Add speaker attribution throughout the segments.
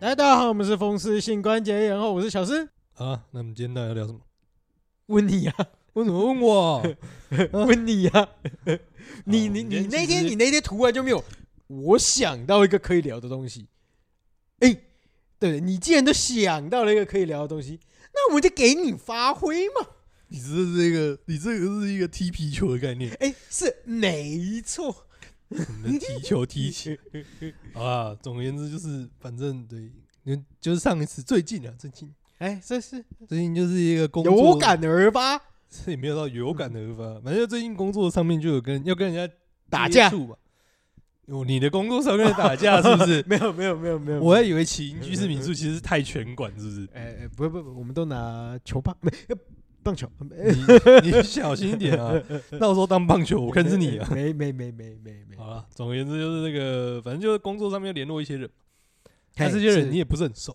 Speaker 1: 来，大家好，我们是风湿性关节炎后，我是小诗。
Speaker 2: 啊，那我们今天到底要聊什么？
Speaker 1: 问你啊，
Speaker 2: 为什 么问我？
Speaker 1: 问你 啊，你
Speaker 2: 好
Speaker 1: 你
Speaker 2: 我们今
Speaker 1: 你
Speaker 2: 天
Speaker 1: 那
Speaker 2: 其
Speaker 1: 天
Speaker 2: 实
Speaker 1: 你那天突然就没有，我想到一个可以聊的东西。哎、对你既然都想到了一个可以聊的东西，那我就给你发挥嘛。
Speaker 2: 你这是一个，你这个是一个踢皮球的概 念，
Speaker 1: 哎、是没错，
Speaker 2: 你的踢球踢起啊。总而言之，就是反正对，就就是上一次最近啊，最近
Speaker 1: 哎、这是
Speaker 2: 最近就是一个工作
Speaker 1: 有，感而发。
Speaker 2: 这也没有到有感而发，反正最近工作上面就有跟要跟人家
Speaker 1: 打架
Speaker 2: 接触吧。哦，你的工作上面打架是不 是？
Speaker 1: 没有没有没有没有，
Speaker 2: 我还以为起因居士民宿其实是泰拳馆，是不 是？
Speaker 1: 哎、哎不不不，我们都拿球棒，没呃棒球，呃
Speaker 2: 你你小心一点啊！到时候当棒球，我看是你啊！啊
Speaker 1: 没没没没没没，
Speaker 2: 好了，总而言之就是那个，反正就是工作上面联络一些人，但
Speaker 1: 嘿
Speaker 2: 这些人你
Speaker 1: 是
Speaker 2: 也不是很熟，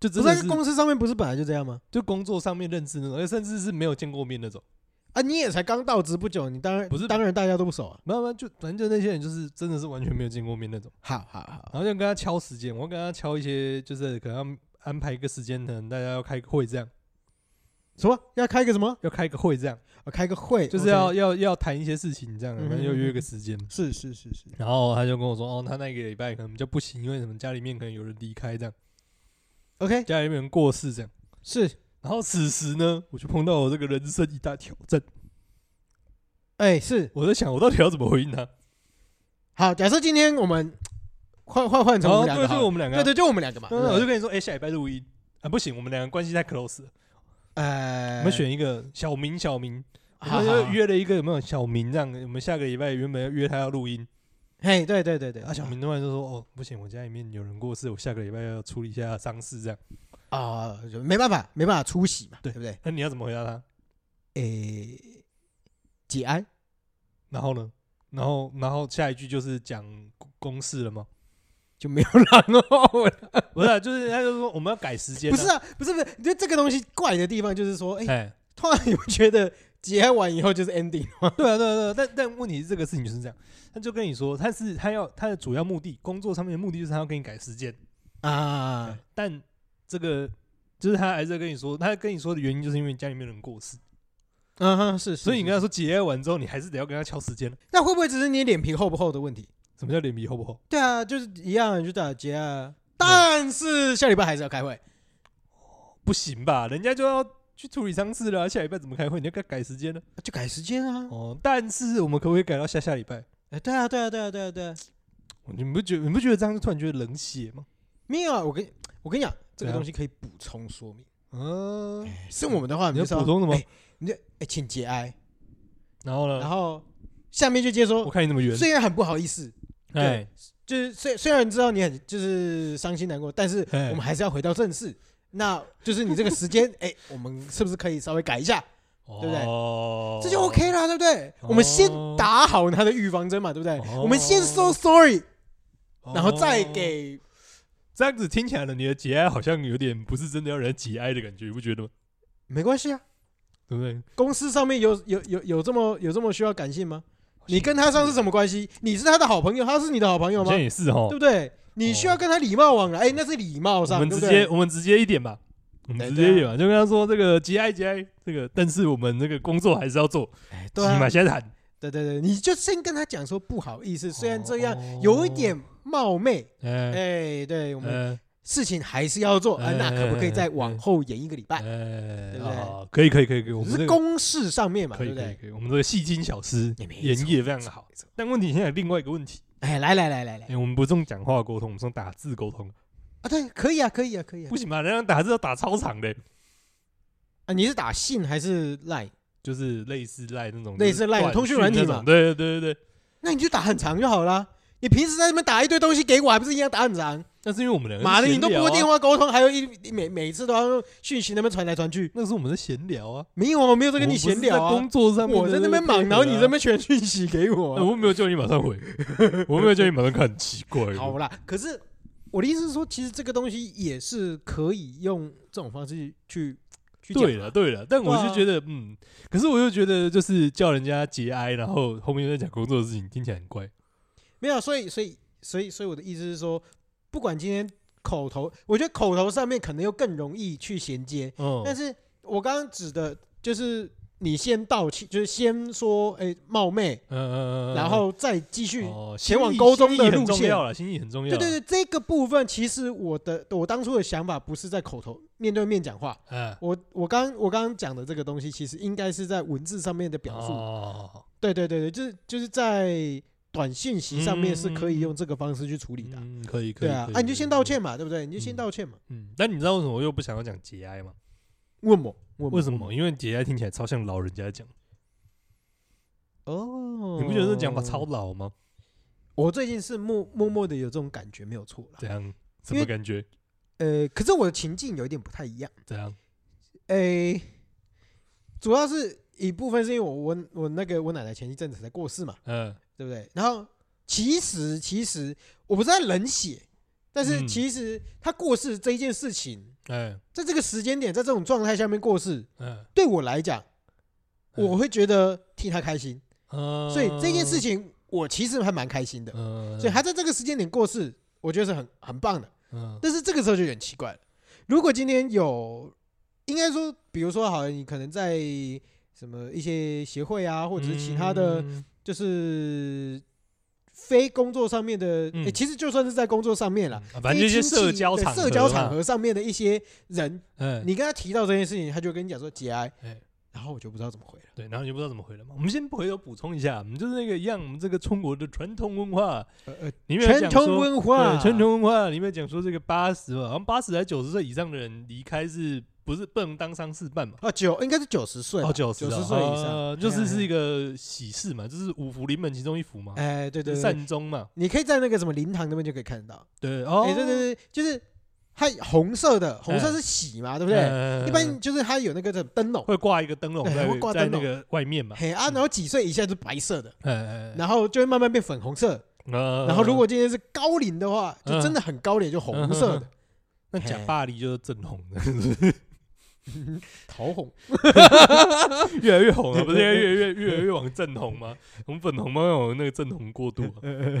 Speaker 2: 就
Speaker 1: 不是
Speaker 2: 真的
Speaker 1: 啊
Speaker 2: 是
Speaker 1: 公司上面不是本来就这样吗？
Speaker 2: 就工作上面认识那种，而甚至是没有见过面那种。
Speaker 1: 啊，你也才刚到职不久，你当然
Speaker 2: 不是
Speaker 1: 当然大家都不熟啊。
Speaker 2: 慢慢就反正就那些人就是真的是完全没有见过面那种，
Speaker 1: 好好好，
Speaker 2: 然后就跟他敲时间，我跟他敲一些就是可能要安排一个时间，可能大家要开个会这样，
Speaker 1: 什么要开个什么？
Speaker 2: 要开个会这样，
Speaker 1: 要开个会，
Speaker 2: 就是
Speaker 1: OK
Speaker 2: 要要要谈一些事情这样，
Speaker 1: 嗯哼
Speaker 2: 反正就约个时间。
Speaker 1: 是是是是，
Speaker 2: 然后他就跟我说，哦，他那个礼拜可能就不行，因为什么家里面可能有人离开这样，
Speaker 1: OK
Speaker 2: 家里面有人过世这样。
Speaker 1: 是，
Speaker 2: 然后此时呢，我就碰到我这个人生一大挑战。
Speaker 1: 哎是
Speaker 2: 我在想，我到底要怎么回应他？
Speaker 1: 好。假设今天我们换换换成我
Speaker 2: 然后
Speaker 1: 们两
Speaker 2: 对，
Speaker 1: 个
Speaker 2: 就
Speaker 1: 好
Speaker 2: 是
Speaker 1: 了，
Speaker 2: 我们两个啊，
Speaker 1: 对对，就我们两个嘛。
Speaker 2: 对，
Speaker 1: 对不
Speaker 2: 我
Speaker 1: 对
Speaker 2: 就跟你说，哎，下礼拜录音啊，不行，我们两个关系太 close 了，
Speaker 1: 呃，
Speaker 2: 我们选一个小明，小明，我
Speaker 1: 好
Speaker 2: 们
Speaker 1: 好
Speaker 2: 就
Speaker 1: 好
Speaker 2: 约了一个有没有小明这样？我们下个礼拜原本要约他要录音，
Speaker 1: 嘿，对对对对，
Speaker 2: 啊，小明突然就说，哦，不行，我家里面有人过世，我下个礼拜要处理一下丧事这样。
Speaker 1: 啊，就没办法，没办法出席嘛，对
Speaker 2: 对
Speaker 1: 不对？
Speaker 2: 那你要怎么回答他？
Speaker 1: 诶，节哀，
Speaker 2: 然后呢？然后，然后下一句就是讲公公事了吗？
Speaker 1: 就没有 然后了。
Speaker 2: 不是啊，就是他就说我们要改时间，
Speaker 1: 不是，啊，不是不是，你觉得这个东西怪的地方就是说，哎，
Speaker 2: 哎，
Speaker 1: 突然你们觉得节哀完以后就是 ending 吗？
Speaker 2: 对啊，对啊，对啊，但但问题是这个事情就是这样，他就跟你说，他是他要他的主要目的，工作上面的目的就是他要跟你改时间，
Speaker 1: 啊，
Speaker 2: 但这个就是他还是在跟你说，他跟你说的原因就是因为家里面有人过世，
Speaker 1: 嗯哼，是，是
Speaker 2: 所以你
Speaker 1: 是
Speaker 2: 跟他说节哀完之后，你还是得要跟他敲时间了。
Speaker 1: 那会不会只是你脸皮厚不厚的问题？
Speaker 2: 什么叫脸皮厚不厚？
Speaker 1: 对啊，就是一样，就打劫啊。
Speaker 2: 嗯
Speaker 1: 但是下礼拜还是要开会，啊
Speaker 2: 不行吧，人家就要去处理丧事了啊、下礼拜怎么开会？你要改改时间呢？
Speaker 1: 就改时间啊。
Speaker 2: 哦，但是我们可不可以改到下下礼拜？
Speaker 1: 哎，对啊，对啊，对啊，对啊，对啊。
Speaker 2: 你不觉你不觉得这样就突然觉得冷血吗？
Speaker 1: 没有啊，我跟我跟你讲，这
Speaker 2: 怎
Speaker 1: 个
Speaker 2: 样
Speaker 1: 东西可以补充说明。
Speaker 2: 嗯、
Speaker 1: 是我们的话，
Speaker 2: 你要
Speaker 1: 哎就说
Speaker 2: 补充什么
Speaker 1: 哎你就哎，请节哀，
Speaker 2: 然后
Speaker 1: 然
Speaker 2: 呢？
Speaker 1: 后下面就接
Speaker 2: 嗯我
Speaker 1: 说，
Speaker 2: 看你那么圆，
Speaker 1: 虽然很不好意思，对
Speaker 2: 哎，
Speaker 1: 就是虽虽然知道你很就是伤心难过，但是
Speaker 2: 哎
Speaker 1: 我们还是要回到正事。那就是你这个时间， 哎，我们是不是可以稍微改一下？
Speaker 2: 对
Speaker 1: 对不对
Speaker 2: 对
Speaker 1: 这
Speaker 2: 哦
Speaker 1: 就 OK 啦，对不对？我们先打好他的预防针嘛，对不对？
Speaker 2: 哦
Speaker 1: 我们先 so sorry，然后再给
Speaker 2: 这样子听起来呢，你的节哀好像有点不是真的要人节哀的感觉，你不觉得吗？
Speaker 1: 没关系啊。
Speaker 2: 对不对？
Speaker 1: 公司上面有有有有这么有这么需要感性吗？你跟他上是什么关系？你是他的好朋友，他是你的好朋友
Speaker 2: 好
Speaker 1: 吗？
Speaker 2: 像
Speaker 1: 对
Speaker 2: 也是哈
Speaker 1: 不。对？你需要跟他礼貌往来，哎，那是礼貌
Speaker 2: 哦我
Speaker 1: 上，
Speaker 2: 们
Speaker 1: 对
Speaker 2: 直
Speaker 1: 不
Speaker 2: 接
Speaker 1: 对？
Speaker 2: 我们直接一点吧，我们
Speaker 1: 对啊
Speaker 2: 直接一点吧，就跟他说这个节哀节哀，这个但是我们那个工作还是要做，
Speaker 1: 哎
Speaker 2: 起
Speaker 1: 对啊
Speaker 2: 码先谈。
Speaker 1: 对对对，你就先跟他讲说不好意思，虽然这样
Speaker 2: 哦
Speaker 1: 有一点冒昧，
Speaker 2: 哎
Speaker 1: 哎，对我们
Speaker 2: 哎
Speaker 1: 事情还是要做，哎，
Speaker 2: 哎
Speaker 1: 那可不可以再
Speaker 2: 哎
Speaker 1: 往后延一个礼拜？
Speaker 2: 哎
Speaker 1: 对不对
Speaker 2: 啊，可以可以可以可以，我
Speaker 1: 只
Speaker 2: 们这
Speaker 1: 是
Speaker 2: 个
Speaker 1: 公事上面嘛，
Speaker 2: 可
Speaker 1: 对
Speaker 2: 以
Speaker 1: 不
Speaker 2: 可
Speaker 1: 对？
Speaker 2: 以可以，我们这个戏精小师
Speaker 1: 也没
Speaker 2: 演
Speaker 1: 错
Speaker 2: 绎的非常好
Speaker 1: 没错。
Speaker 2: 但问题现在有另外一个问题，
Speaker 1: 哎，来来来来来
Speaker 2: 哎，我们不是用讲话沟通，我们是用打字沟通，
Speaker 1: 啊，对，可以啊，可以啊，可以啊
Speaker 2: 不。行吧？人家打字要打超长的，
Speaker 1: 啊，你是打信还是 line？
Speaker 2: 就是类似赖那种
Speaker 1: 类似 Line
Speaker 2: 就是短
Speaker 1: 通讯软体
Speaker 2: 那种
Speaker 1: 嘛
Speaker 2: 对对对对，
Speaker 1: 那你就打很长就好啦。你平时在那边打一堆东西给我，还不是一样打很长？
Speaker 2: 但是因为我们两个
Speaker 1: 妈的，
Speaker 2: 是
Speaker 1: 你
Speaker 2: 闲
Speaker 1: 都不
Speaker 2: 聊
Speaker 1: 会
Speaker 2: 啊
Speaker 1: 电，话沟通，还有一一每每一次都要用讯息那边传来传去。
Speaker 2: 那是我们的闲聊啊，
Speaker 1: 没有啊，我没有
Speaker 2: 这
Speaker 1: 在跟你闲聊啊
Speaker 2: 工。作上面的
Speaker 1: 我在那边忙，
Speaker 2: 配合啊
Speaker 1: 然后你在那，边传讯息给我
Speaker 2: 呃
Speaker 1: 啊、
Speaker 2: 我没有叫你马 上回，我没有叫你马上看，很奇怪。
Speaker 1: 好啦，可是我的意思是说，其实这个东西也是可以用这种方式去去讲
Speaker 2: 对了对了，但我
Speaker 1: 对啊
Speaker 2: 就觉得嗯，可是我又觉得就是叫人家节哀，然后后面又在讲工作的事情，听起来很怪。
Speaker 1: 啊没有，所以所以所以所以我的意思是说，不管今天口头，我觉得口头上面可能又更容易去衔接。
Speaker 2: 嗯，
Speaker 1: 但是我刚刚指的就是你先道歉，就是先说哎、冒昧，
Speaker 2: 嗯嗯嗯，嗯
Speaker 1: 然后再继续。
Speaker 2: 哦啊
Speaker 1: 前往
Speaker 2: 心意
Speaker 1: 沟通的
Speaker 2: 心意很
Speaker 1: 路
Speaker 2: 重
Speaker 1: 线
Speaker 2: 要了，心意很重要。
Speaker 1: 对对对，这个部分其实我的我当初的想法不是在口头面对面讲话，
Speaker 2: 对，嗯，
Speaker 1: 我我刚我刚刚讲的这个东西，其实应该是在文字上面的表
Speaker 2: 哦
Speaker 1: 述。
Speaker 2: 述
Speaker 1: 对对对对，就是就是在短信息上面是可以用这个方式去处理的啊。
Speaker 2: 嗯，可以可
Speaker 1: 对
Speaker 2: 以。
Speaker 1: 啊
Speaker 2: 可，以
Speaker 1: 啊你就先道。
Speaker 2: 可以
Speaker 1: 歉嘛，对不对？你就先道歉嘛。
Speaker 2: 嗯，但你知道为什么我又不想要讲节哀吗？
Speaker 1: 问我问
Speaker 2: 为什么？？因为节哀听起来超像老人家讲，
Speaker 1: 哦，
Speaker 2: 你不觉得这讲法超？老吗？
Speaker 1: 嗯我最近是默默默的有这种感觉，没有错啦。
Speaker 2: 怎样？
Speaker 1: 因
Speaker 2: 什
Speaker 1: 为
Speaker 2: 么感觉？
Speaker 1: 呃，可是我的情境有一点不太一样。
Speaker 2: 怎样？
Speaker 1: 诶，主要是一部分是因为我我我那个我奶奶前一阵子才过世嘛，
Speaker 2: 嗯，
Speaker 1: 对不对？然后其实其实我不是在冷血，但是
Speaker 2: 嗯
Speaker 1: 其实他过世这一件事情，
Speaker 2: 哎，
Speaker 1: 在这个时间点，在这种状态下面过世，
Speaker 2: 嗯，
Speaker 1: 对我来讲，我会觉得替他开心，
Speaker 2: 嗯，
Speaker 1: 所以这件事情我其实还蛮开心的。
Speaker 2: 嗯，嗯，
Speaker 1: 所以他在这个时间点过世，我觉得是很很棒的。
Speaker 2: 嗯，
Speaker 1: 但是这个时候就有点奇怪了。如果今天有，应该说，比如说，好，你可能在什么一些协会啊，或者是其他的
Speaker 2: 嗯，
Speaker 1: 就是呃非工作上面的，
Speaker 2: 嗯
Speaker 1: 诶其实就算是在工作上面啦，
Speaker 2: 啊反正就一些
Speaker 1: 非亲戚
Speaker 2: 社交
Speaker 1: 对
Speaker 2: 场合
Speaker 1: 社交
Speaker 2: 嘛
Speaker 1: 场合上面的一些人，
Speaker 2: 嗯，
Speaker 1: 你跟他提到这件事情，他就跟你讲说节哀
Speaker 2: 哎，
Speaker 1: 然后我就不知道怎么回了。
Speaker 2: 对，然后你就不知道怎么回了嘛。我们先回头补充一下，我们就是那个一样，我们这个中国的传统文化
Speaker 1: 呃呃，
Speaker 2: 里面有
Speaker 1: 传
Speaker 2: 讲说
Speaker 1: 统文化，
Speaker 2: 对，传统文化里面讲说，这个八十嘛，好像八十还九十岁以上的人离开是不是不能当丧事办嘛？
Speaker 1: 哦，九应该是九十岁吧，
Speaker 2: 哦，九十
Speaker 1: 九十岁以上，
Speaker 2: 就是是一
Speaker 1: 个，
Speaker 2: 个喜事嘛，就是五福临门其中一福嘛，
Speaker 1: 哎，对对对，
Speaker 2: 善终嘛，
Speaker 1: 你可以在那个什么灵堂那边就可以看得到。
Speaker 2: 对，哦，
Speaker 1: 哎，对对对，就是它红色的，红色
Speaker 2: 哎
Speaker 1: 是喜嘛，对
Speaker 2: 对
Speaker 1: 不对？一般就是它有那个什么灯笼，
Speaker 2: 呃会嗯挂一个灯笼
Speaker 1: 哎
Speaker 2: 在
Speaker 1: 会挂
Speaker 2: 在
Speaker 1: 灯
Speaker 2: 那
Speaker 1: 笼
Speaker 2: 个外面嘛，
Speaker 1: 嘿啊，然后几岁以下是白色的，
Speaker 2: 嗯，
Speaker 1: 然后就会慢慢变粉红色，然
Speaker 2: 然
Speaker 1: 后如果今天是高龄的话，就真的很高龄，就红色的，
Speaker 2: 那假巴黎就是正红的，
Speaker 1: 桃 红。
Speaker 2: 越来越红了，不是越来越越越来越往正红吗？从粉红慢慢往那个正红过渡啊，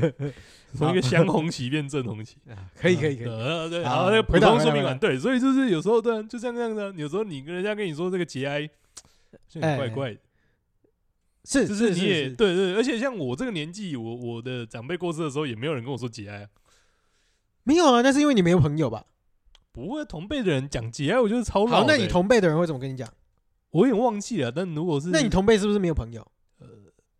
Speaker 2: 从一个香红旗变正红旗。
Speaker 1: 可以可以可以，
Speaker 2: 呃，对，
Speaker 1: 好
Speaker 2: 然后那个
Speaker 1: 回
Speaker 2: 普
Speaker 1: 到
Speaker 2: 通
Speaker 1: 回
Speaker 2: 说
Speaker 1: 到
Speaker 2: 明
Speaker 1: 回
Speaker 2: 完，对，所以就是有时候对啊，就像这样的啊，有时候你跟人家跟你说这个节哀，就很
Speaker 1: 哎
Speaker 2: 怪怪的，
Speaker 1: 是
Speaker 2: 就是你也
Speaker 1: 是
Speaker 2: 对对，而且像我这个年纪，我我的长辈过世的时候，也没有人跟我说节哀啊，
Speaker 1: 没有啊，那是因为你没有朋友吧？
Speaker 2: 不会同辈的人讲节哀，我觉得超老
Speaker 1: 好，
Speaker 2: 的欸。
Speaker 1: 那你同哦辈的人会怎么跟你讲？
Speaker 2: 我有点忘记啊了，但如果是
Speaker 1: 那你同辈是不是没有朋友？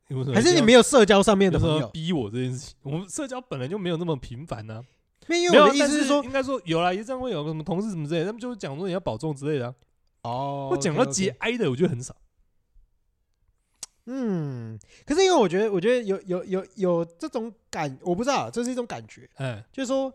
Speaker 2: 为什么
Speaker 1: 还是
Speaker 2: 一定
Speaker 1: 你
Speaker 2: 要
Speaker 1: 没有社交上面的
Speaker 2: 就是
Speaker 1: 朋
Speaker 2: 说
Speaker 1: 友？
Speaker 2: 逼我这件事情，我们社交本来就没有那么频繁呐、
Speaker 1: 没有，因
Speaker 2: 没
Speaker 1: 为
Speaker 2: 有
Speaker 1: 我
Speaker 2: 啊，
Speaker 1: 的意
Speaker 2: 但
Speaker 1: 思是说，
Speaker 2: 应该说有啦，一站会有什么同事什么之类的，他们就会讲说你要保重之类的、啊。
Speaker 1: 哦
Speaker 2: 我讲到节，哀的，我觉得很少。
Speaker 1: 嗯，可是因为我觉得，我觉得有有有有这种感，我不知道，这是一种感觉，
Speaker 2: 哎，
Speaker 1: 就是说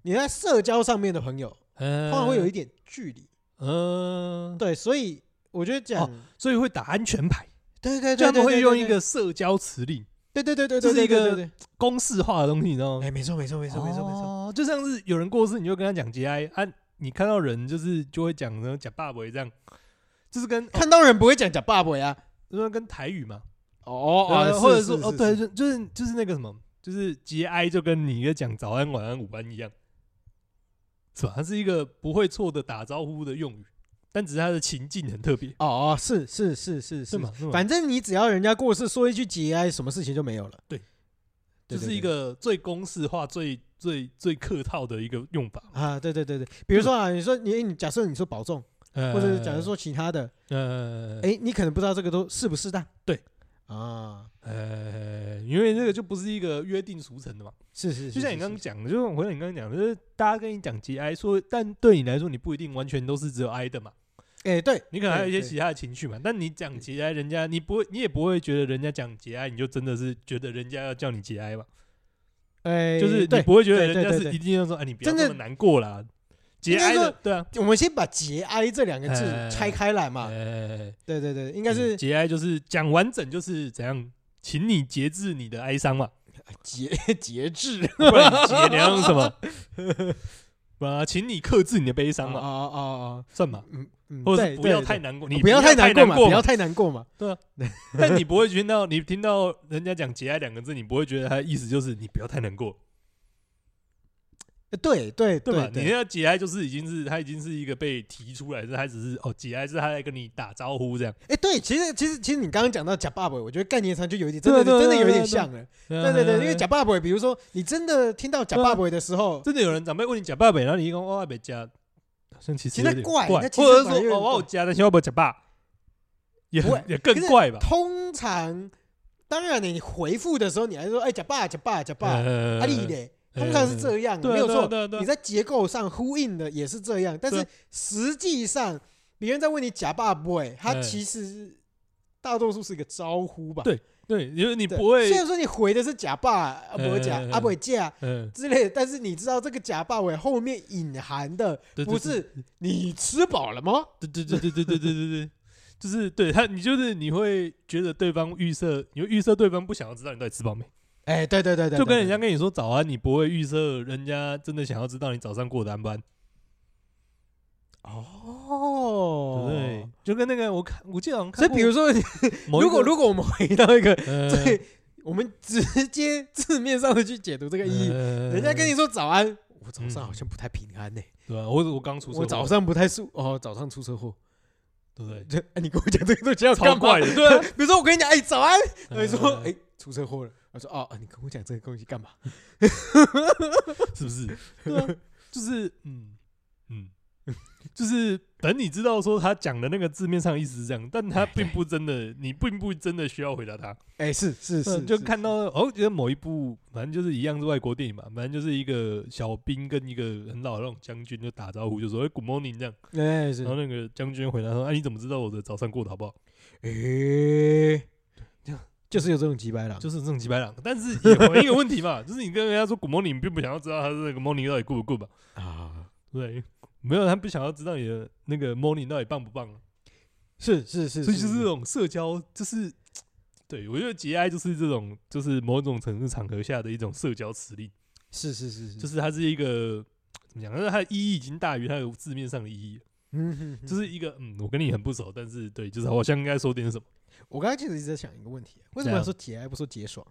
Speaker 1: 你在社交上面的朋友，
Speaker 2: 通
Speaker 1: 通常会有一点距离，
Speaker 2: 哎嗯，
Speaker 1: 对，所以我觉得讲，
Speaker 2: 所以会打安全牌，
Speaker 1: 哦对对对，
Speaker 2: 就他
Speaker 1: 对
Speaker 2: 们会用一个，社交词令，
Speaker 1: 对对对对
Speaker 2: 这
Speaker 1: 对
Speaker 2: 是
Speaker 1: 对
Speaker 2: 一
Speaker 1: 对对
Speaker 2: 个
Speaker 1: 对，
Speaker 2: 公式化的东西，你知道吗？
Speaker 1: 哎，没错没错没错没错没错，
Speaker 2: 哦，就像是有人过世，你就跟他讲节哀啊，你看到人就是就会讲呢，假爸爸这样，就是跟哦
Speaker 1: 看到人不会讲讲爸爸呀，
Speaker 2: 就是跟台语嘛，
Speaker 1: 哦
Speaker 2: 对啊或者说哦，对，
Speaker 1: 对
Speaker 2: 就就是就是那个什么，就是节哀就跟你讲早安、晚安、午安一样，是吧？它是一个不会错的打招呼的用语，但只是它的情境很特别，
Speaker 1: 哦哦，是是是是
Speaker 2: 是
Speaker 1: 是
Speaker 2: 吗？是吗
Speaker 1: 反正你只要人家过世说一句节哀，什么事情就没有了。
Speaker 2: 对
Speaker 1: 对，
Speaker 2: 就是一
Speaker 1: 对
Speaker 2: 个最公式化、最最最客套的一个用法，
Speaker 1: 对啊，对对对对，比如说啊，你说你你假设你说保重，
Speaker 2: 或
Speaker 1: 或者假设说其他的，
Speaker 2: 呃，
Speaker 1: 呃哎，你可能不知道这个都适不适当。
Speaker 2: 对
Speaker 1: 啊，
Speaker 2: 呃，因为这个就不是一个约定俗成的嘛，
Speaker 1: 是是，是
Speaker 2: 就像
Speaker 1: 是
Speaker 2: 你刚刚
Speaker 1: 是
Speaker 2: 讲的，就是我回到你刚刚讲的，就是大家跟你讲节哀，说，但对你来说，你不一定完全都是只有哀的嘛，
Speaker 1: 哎，对
Speaker 2: 你可能还有一些
Speaker 1: 对对
Speaker 2: 其他的情绪嘛，但你讲节哀，人家你不会，你也不会觉得人家讲节哀，你就真的是觉得人家要叫你节哀嘛，
Speaker 1: 哎，
Speaker 2: 就是你
Speaker 1: 对，
Speaker 2: 不会觉得
Speaker 1: 对
Speaker 2: 人家
Speaker 1: 对
Speaker 2: 是
Speaker 1: 对
Speaker 2: 一定要说，哎，你不要
Speaker 1: 真
Speaker 2: 这
Speaker 1: 的
Speaker 2: 么难过啦，节
Speaker 1: 应该
Speaker 2: 哀的
Speaker 1: 说，
Speaker 2: 对啊，
Speaker 1: 我们先把节哀这两个字
Speaker 2: 哎
Speaker 1: 拆开来嘛。
Speaker 2: 哎。
Speaker 1: 对对对，应该是
Speaker 2: 嗯节哀，就是讲完整就是怎样，请你节制你的 哀伤嘛，
Speaker 1: 节 节制
Speaker 2: 不然你节你要用 什么？不然啊，请你克制你的悲伤
Speaker 1: 啊
Speaker 2: 嘛，
Speaker 1: 啊啊啊，
Speaker 2: 算嘛，
Speaker 1: 嗯嗯，
Speaker 2: 或者
Speaker 1: 对
Speaker 2: 是不要
Speaker 1: 对
Speaker 2: 太
Speaker 1: 对
Speaker 2: 难过，你
Speaker 1: 不要
Speaker 2: 太
Speaker 1: 难
Speaker 2: 过
Speaker 1: 嘛，不要。太难过嘛。
Speaker 2: 但你不会听到你听到人家讲节哀两个字，你不会觉得他的意思就是你不要太难过，
Speaker 1: 呃对对
Speaker 2: 对吧？你
Speaker 1: 对，
Speaker 2: 那个节哀就是已经是他已经是一个被提出来，是他只是哦节哀是他在跟你打招呼这样。
Speaker 1: 哎对，其实其实其实你刚刚讲到假爸爸，我觉得概念上就有一点真的
Speaker 2: 对对
Speaker 1: 真的有一
Speaker 2: 对嗯
Speaker 1: 点
Speaker 2: 对
Speaker 1: 像了，
Speaker 2: 对
Speaker 1: 对对对，因为假爸爸，比如说你真的听到假
Speaker 2: 嗯
Speaker 1: 爸爸的时候，
Speaker 2: 真的有人长辈问你假爸爸，然后你一讲我阿伯加，好像其实有点
Speaker 1: 其实怪那
Speaker 2: 怪，
Speaker 1: 其实
Speaker 2: 或者
Speaker 1: 反而有
Speaker 2: 是说
Speaker 1: 点
Speaker 2: 哦我有
Speaker 1: 怪
Speaker 2: 加，但是我不加爸，也
Speaker 1: 不会
Speaker 2: 很也更怪吧？
Speaker 1: 通常当然你回复的时候，你还说哎假爸假爸假爸，
Speaker 2: 阿
Speaker 1: 阿丽嘞，通常是这样，没
Speaker 2: 嗯对
Speaker 1: 有错
Speaker 2: 啊，对啊对啊
Speaker 1: 你在结构上呼应的也是这样，但
Speaker 2: 对
Speaker 1: 是
Speaker 2: 啊
Speaker 1: 实际上别人在问你假爸不会，他
Speaker 2: 哎
Speaker 1: 其实大多数是一个招呼吧。
Speaker 2: 对，因为你
Speaker 1: 对
Speaker 2: 不会
Speaker 1: 虽，然说你回的是假啊爸阿伯假
Speaker 2: 哎哎哎
Speaker 1: 阿伯假
Speaker 2: 嗯，
Speaker 1: 之类的，但是你知道这个假爸尾后面隐含的
Speaker 2: 对
Speaker 1: 不，是你吃饱了吗？
Speaker 2: 对对对对对对对对对，就是对他，你就是你会觉得对方预设，你会预设对方不想要知道你到底吃饱没，
Speaker 1: 哎，对对对对，
Speaker 2: 就跟人
Speaker 1: 对
Speaker 2: 家跟你说早安，你不会预设人家真的想要知道你早上过得安不安，对
Speaker 1: 哦
Speaker 2: 不，对，就跟那个我看，我记得好像
Speaker 1: 所以
Speaker 2: 看过呃
Speaker 1: 比如说，
Speaker 2: 某一个，嗯
Speaker 1: 如果如果我们回到一个
Speaker 2: 对
Speaker 1: 对，我们直接字面上的去解读这
Speaker 2: 呃
Speaker 1: 个意义。人
Speaker 2: 人
Speaker 1: 家跟你说早安，我早上好像不太平安呢、
Speaker 2: 对吧？我我刚出
Speaker 1: 我
Speaker 2: 社
Speaker 1: 早
Speaker 2: 会，
Speaker 1: 上不太舒哦，早上出车祸。
Speaker 2: 对不对？
Speaker 1: 对，哎你跟我讲这个东西要
Speaker 2: 超
Speaker 1: 干嘛
Speaker 2: 怪？的，对 啊，
Speaker 1: 比如说我跟你讲，哎，早安，
Speaker 2: 嗯
Speaker 1: 你说，哎，出车祸了。我说哦，啊你跟我讲这个东西干嘛？
Speaker 2: 是不是？对啊， 就是嗯嗯，就是等你知道说他讲的那个字面上的意思是这样，但他并不真的，你并不真的需要回答他。
Speaker 1: 哎，是是 是，
Speaker 2: 嗯就是看到哦，觉得某一部反正就是一样是外国电影嘛，反正就是一个小兵跟一个很老的那种将军就打招呼，就说哎、Good morning” 这样，
Speaker 1: 哎是
Speaker 2: 然后那个将军回答说：“哎、你怎么知道我的早上过得好不好
Speaker 1: 哎，就是有这种几百狼？”，
Speaker 2: 就是这种几百两，但是也回应一个问题嘛， 就是你跟人家说 “Good morning”，你并不想要知道他是那个 “morning” 到底 good 不 good 吧？
Speaker 1: 啊，
Speaker 2: 对，没有，他不想要知道你的那个 morning 到底棒不棒啊，
Speaker 1: 是是是，
Speaker 2: 所以就是这种社交，就是对我觉得节哀就是这种，就是某种程度场合下的一种社交词令，
Speaker 1: 是是是是，
Speaker 2: 就是它是一个怎么讲？但是它的意义已经大于它的字面上的意义了，
Speaker 1: 嗯，
Speaker 2: 就是是一个嗯，我跟你很不熟，但是对，就是好像应该说点什么。
Speaker 1: 我刚才其实一直在想一个问题，啊为什么
Speaker 2: 怎
Speaker 1: 要
Speaker 2: 样
Speaker 1: 说节哀不说节爽？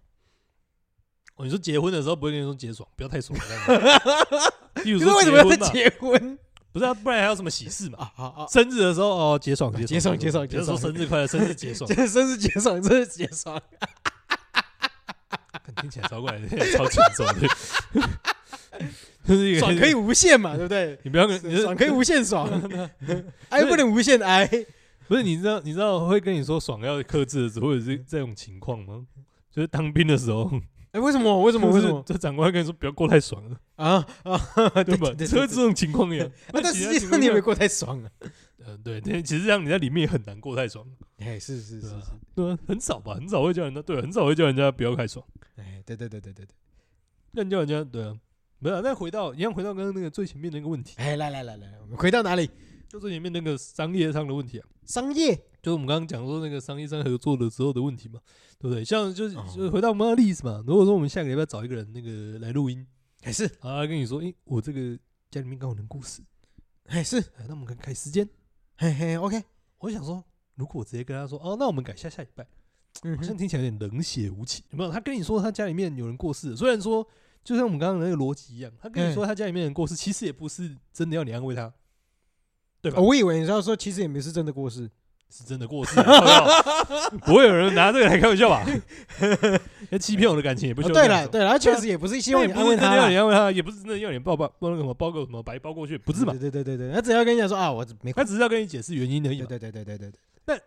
Speaker 2: 哦，你说结婚的时候不会跟你说结爽，不要太爽，这样 子例如
Speaker 1: 可
Speaker 2: 说
Speaker 1: 是为什么要
Speaker 2: 结婚嘛，
Speaker 1: 结婚
Speaker 2: 不是啊，不然还有什么喜事嘛？
Speaker 1: 啊？好啊，
Speaker 2: 生日的时候哦，结爽，
Speaker 1: 结爽结爽
Speaker 2: 不要
Speaker 1: 结
Speaker 2: 说
Speaker 1: 爽
Speaker 2: 生日快乐，生日结 爽
Speaker 1: 这，真是节爽，真是节爽。
Speaker 2: 听起来超怪，听起来超轻松的， 就是一个
Speaker 1: 爽可以，无限嘛，对不 对？
Speaker 2: 你不要跟，你是
Speaker 1: 爽可以无限 爽，哀不能无限哀。
Speaker 2: 不是你知道你知道会跟你说爽要克制的时候，或者
Speaker 1: 嗯
Speaker 2: 是这种情况吗？就是当兵的时候，
Speaker 1: 哎，为什么？为什么？为什么？
Speaker 2: 这长官跟你说不要过太爽了，
Speaker 1: 啊啊，
Speaker 2: 对
Speaker 1: 对
Speaker 2: 吧？
Speaker 1: 对
Speaker 2: 只有
Speaker 1: 对
Speaker 2: 这
Speaker 1: 对。
Speaker 2: 种情况 呀。那
Speaker 1: 但
Speaker 2: 其
Speaker 1: 实
Speaker 2: 他
Speaker 1: 际上
Speaker 2: 情况
Speaker 1: 你有没有
Speaker 2: 下
Speaker 1: 过太爽啊？
Speaker 2: 呃对，但其实这样你在里面也很难过太爽，
Speaker 1: 哎，是是是
Speaker 2: 对
Speaker 1: 是
Speaker 2: 吧，？对啊，很少吧，很少会叫人家对，很少会叫人家不要太爽，
Speaker 1: 哎，对对对对对对。
Speaker 2: 但叫人家对啊。没有，再回到一样，回到刚刚那个最前面那个问题，
Speaker 1: 哎，来来来来，我们回到哪里？
Speaker 2: 就最前面那个商业上的问题啊。
Speaker 1: 商业
Speaker 2: 就是我们刚刚讲说那个商业上合作的时候的问题嘛，对不对？像就是
Speaker 1: 哦
Speaker 2: 就是回到我们的例子嘛，如果说我们下个礼拜找一个人那个来录音，
Speaker 1: 还哎是
Speaker 2: 啊，他跟你说，诶，我这个家里面刚好能故事，
Speaker 1: 还是
Speaker 2: 哎，那我们可以改时间。
Speaker 1: 嘿嘿，OK，
Speaker 2: 我想说，如果我直接跟他说，哦，那我们改下下礼拜，
Speaker 1: 嗯
Speaker 2: 好
Speaker 1: 哼
Speaker 2: 像听起来有点冷血无情，有没有？他跟你说他家里面有人过世了，虽然说就像我们刚刚的那个逻辑一样，他跟你说他家里面有人过世，其实也不是真的要你安慰他，对吧
Speaker 1: 哦？我以为你是要说，其实也没是真的过世。
Speaker 2: 是真的过世、啊，靠腰 不会有人拿这个来开玩笑吧？ 要欺骗我的感情也不
Speaker 1: 哦
Speaker 2: 需要
Speaker 1: 对
Speaker 2: 这样
Speaker 1: 了
Speaker 2: 说。
Speaker 1: 对了，他确实也不是希望
Speaker 2: 也
Speaker 1: 你
Speaker 2: 不
Speaker 1: 安
Speaker 2: 是
Speaker 1: 慰
Speaker 2: 真的要
Speaker 1: 他
Speaker 2: 你
Speaker 1: 啦，
Speaker 2: 安慰他，也不是真的要你抱抱抱那个什么包个什么白包过去，不是嘛？
Speaker 1: 对对对对对，他只要跟你讲说啊，我没空。
Speaker 2: 他只是要跟你解释原因而已
Speaker 1: 对
Speaker 2: 嘛。
Speaker 1: 对对对对对对，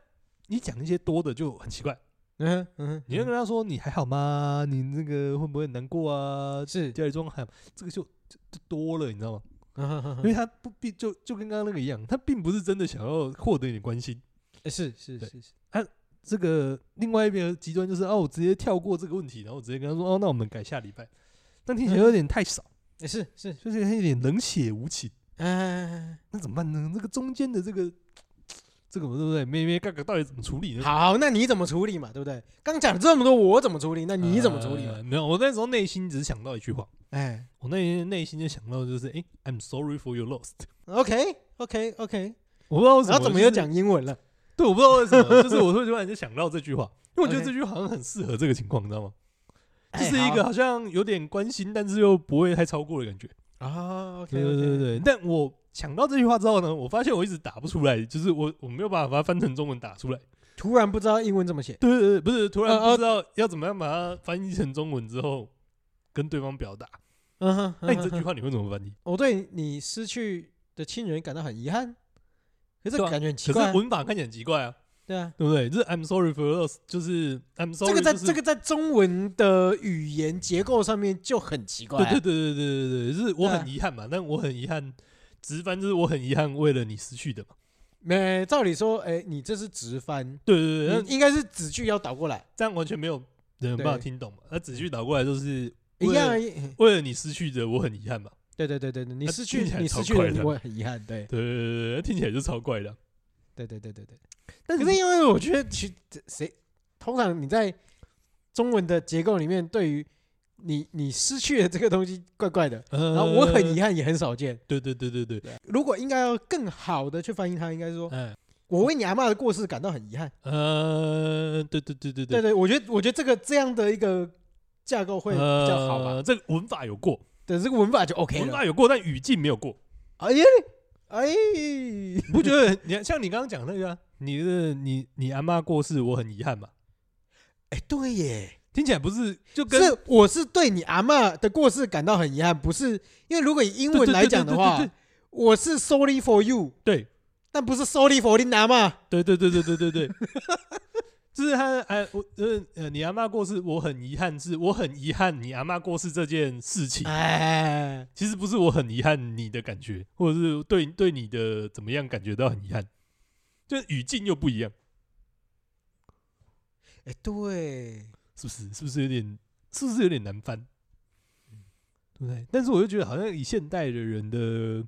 Speaker 2: 你讲一些多的就很奇怪，
Speaker 1: 嗯哼嗯哼，
Speaker 2: 你要跟他说你还好吗？你那个会不会很难过啊？
Speaker 1: 是，
Speaker 2: 家里状况还好这个就就就多了，你知道吗？
Speaker 1: 嗯哼嗯
Speaker 2: 因
Speaker 1: 哼
Speaker 2: 为他不必就就跟刚刚那个一样，他并不是真的想要获得你的关心。
Speaker 1: 哎是是
Speaker 2: 对
Speaker 1: 是是，
Speaker 2: 这个另外一边的极端就是哦，我直接跳过这个问题，然后我直接跟他说哦，那我们改下礼拜。但听起
Speaker 1: 嗯
Speaker 2: 来有点太少，
Speaker 1: 哎是是，
Speaker 2: 就是有点冷血无情。
Speaker 1: 哎。
Speaker 2: 那怎么办呢？这个中间的这个这个对不对？咩咩嘎嘎到底怎么处理呢？
Speaker 1: 哎好，那你怎么处理嘛？对不对？刚讲了这么多，我怎么处理？那你怎么处理嘛？
Speaker 2: 呃没有，我那时候内心只想到一句话，
Speaker 1: 哎
Speaker 2: 我那天内心就想到就是，哎、i m sorry for your loss。
Speaker 1: ，OK OK OK，
Speaker 2: 我不知道为什么，
Speaker 1: 然后怎么又？讲英文了？
Speaker 2: 对，我不知道为什么，就是我会突然就想到这句话，因为我觉得
Speaker 1: OK
Speaker 2: 这句话好像很适合这个情况，你知道吗？就
Speaker 1: 哎
Speaker 2: 是一个
Speaker 1: 好
Speaker 2: 好像有点关心，但是又不会太超过的感觉。
Speaker 1: 啊，OK，
Speaker 2: 对对对对，对但我想到这句话之后呢，我发现我一直打不出来，就是我我没有办法把它翻成中文打出来。
Speaker 1: 突然不知道英文怎么写，
Speaker 2: 对对对，不是突然
Speaker 1: 呃呃
Speaker 2: 不知道要怎么样把它翻译成中文之后跟对方表达。
Speaker 1: 嗯哼，
Speaker 2: 那你这句
Speaker 1: 话，
Speaker 2: 话你会怎么翻译？
Speaker 1: 我对你失去的亲人感到很遗憾，可是
Speaker 2: 对啊
Speaker 1: 感觉很奇
Speaker 2: 可
Speaker 1: 怪啊
Speaker 2: 是，文法看起来很奇怪啊，
Speaker 1: 对啊，
Speaker 2: 对不对？就是 I'm sorry for loss，就是 I'm
Speaker 1: 这
Speaker 2: sorry，
Speaker 1: 个在
Speaker 2: 就是
Speaker 1: 这个在中文的语言结构上面就很奇怪啊，
Speaker 2: 对对对对对对对，就是
Speaker 1: 对
Speaker 2: 我
Speaker 1: 啊
Speaker 2: 很遗憾嘛，但我很遗憾，直翻就是我很遗憾为了你失去的嘛。
Speaker 1: 没，照理说，哎，你这是直翻，
Speaker 2: 对对对，
Speaker 1: 你
Speaker 2: 那
Speaker 1: 应该是子句要倒过来，
Speaker 2: 这样完全没有人有办法
Speaker 1: 对
Speaker 2: 听懂嘛。那子句倒过来就是
Speaker 1: 一
Speaker 2: 为
Speaker 1: 样
Speaker 2: 了
Speaker 1: 啊。嗯
Speaker 2: 为了你失去的我很遗憾嘛。
Speaker 1: 对对对对对，你
Speaker 2: 那
Speaker 1: 失去
Speaker 2: 听起来
Speaker 1: 你
Speaker 2: 超
Speaker 1: 失去
Speaker 2: 快
Speaker 1: 了，你
Speaker 2: 的
Speaker 1: 会很遗憾，对
Speaker 2: 对对对对，听起来就超怪的啊。
Speaker 1: 对对对对对。
Speaker 2: 但
Speaker 1: 可是因为我觉得，其实谁通常你在中文的结构里面，对于你你失去了这个东西，怪怪的。
Speaker 2: 然
Speaker 1: 然后我很遗憾，也很少见。
Speaker 2: 对对对对对，
Speaker 1: 如果应该要更好的去翻译它，应该是说
Speaker 2: 哎
Speaker 1: 我为你阿嬷的过世感到很遗憾。
Speaker 2: 呃，对对对对
Speaker 1: 对，对，我觉得我觉得这个这样的一个架构会比较好吧。
Speaker 2: 呃这个文法有过，
Speaker 1: 对，这个文法就 OK
Speaker 2: 文
Speaker 1: 了。
Speaker 2: 法有过，但语境没有过。
Speaker 1: 哎呀，哎，
Speaker 2: 你不觉得很？你看像你刚刚讲那个啊，你的你你阿妈过世，我很遗憾嘛。
Speaker 1: 哎，对耶。
Speaker 2: 听起来不是就跟
Speaker 1: 是我是对你阿嬷的过世感到很遗憾，不是因为如果以英文来讲的话，我是 sorry for you，
Speaker 2: 对
Speaker 1: 但不是 sorry for 你阿嬷。
Speaker 2: 对对对对对对对， 就是他哎，我呃呃，你阿妈过世，我很遗憾，是我很遗憾你阿妈过世这件事情，
Speaker 1: 哎，
Speaker 2: 其实不是我很遗憾你的感觉，或者是对对你的怎么样感觉到很遗憾，就是语境又不一样，
Speaker 1: 哎，对，
Speaker 2: 是不是？是不是有点？是不是有点难翻？嗯对不对？但是我就觉得，好像以现代的人的，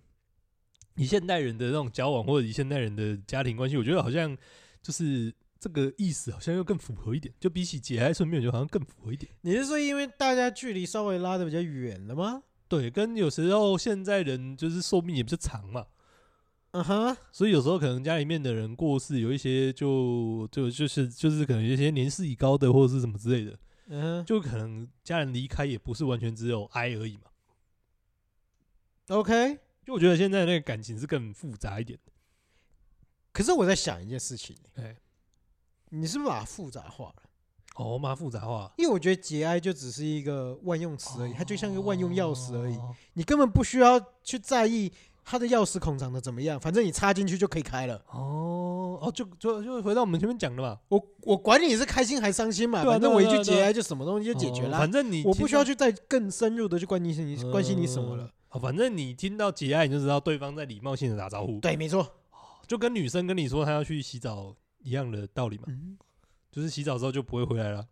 Speaker 2: 以现代人的那种交往，或者以现代人的家庭关系，我觉得好像就是这个意思，好像又更符合一点。就比起节哀顺变，我觉得好像更符合一点。
Speaker 1: 你是说因为大家距离稍微拉的比较远了吗？
Speaker 2: 对，跟有时候现在人就是寿命也比较长嘛，
Speaker 1: 嗯哼，
Speaker 2: 所以有时候可能家里面的人过世，有一些就就就是就是可能有一些年事已高的或者是什么之类的，
Speaker 1: 嗯
Speaker 2: 就可能家人离开也不是完全只有哀而已嘛。
Speaker 1: 哼，OK。
Speaker 2: 就我觉得现在那个感情是更复杂一点的。
Speaker 1: 可是我在想一件事情，
Speaker 2: 哎，
Speaker 1: 你是不是把它复杂化了？
Speaker 2: 哦，蛮复杂化，
Speaker 1: 因为我觉得节哀就只是一个万用词而已，它就像一个万用钥匙而已，
Speaker 2: 哦
Speaker 1: 你根本不需要去在意它的钥匙孔长得怎么样，反正你插进去就可以开了。
Speaker 2: 哦哦，就就就回到我们前面讲的嘛，
Speaker 1: 我我管你是开心还伤心嘛，
Speaker 2: 对啊
Speaker 1: 反正我一
Speaker 2: 对啊
Speaker 1: 句
Speaker 2: 对啊
Speaker 1: 节哀就什么东西就解决
Speaker 2: 哦
Speaker 1: 啦。
Speaker 2: 反正你
Speaker 1: 我不需要
Speaker 2: 听
Speaker 1: 去再更深入的去关心你
Speaker 2: 到
Speaker 1: 关心你什么了。。
Speaker 2: 哦，反正你听到节哀，你就知道对方在礼貌性的打招呼，
Speaker 1: 对，没错。
Speaker 2: 就跟女生跟你说她要去洗澡一样的道理嘛，
Speaker 1: 嗯
Speaker 2: 就是洗澡之后就不会回来了。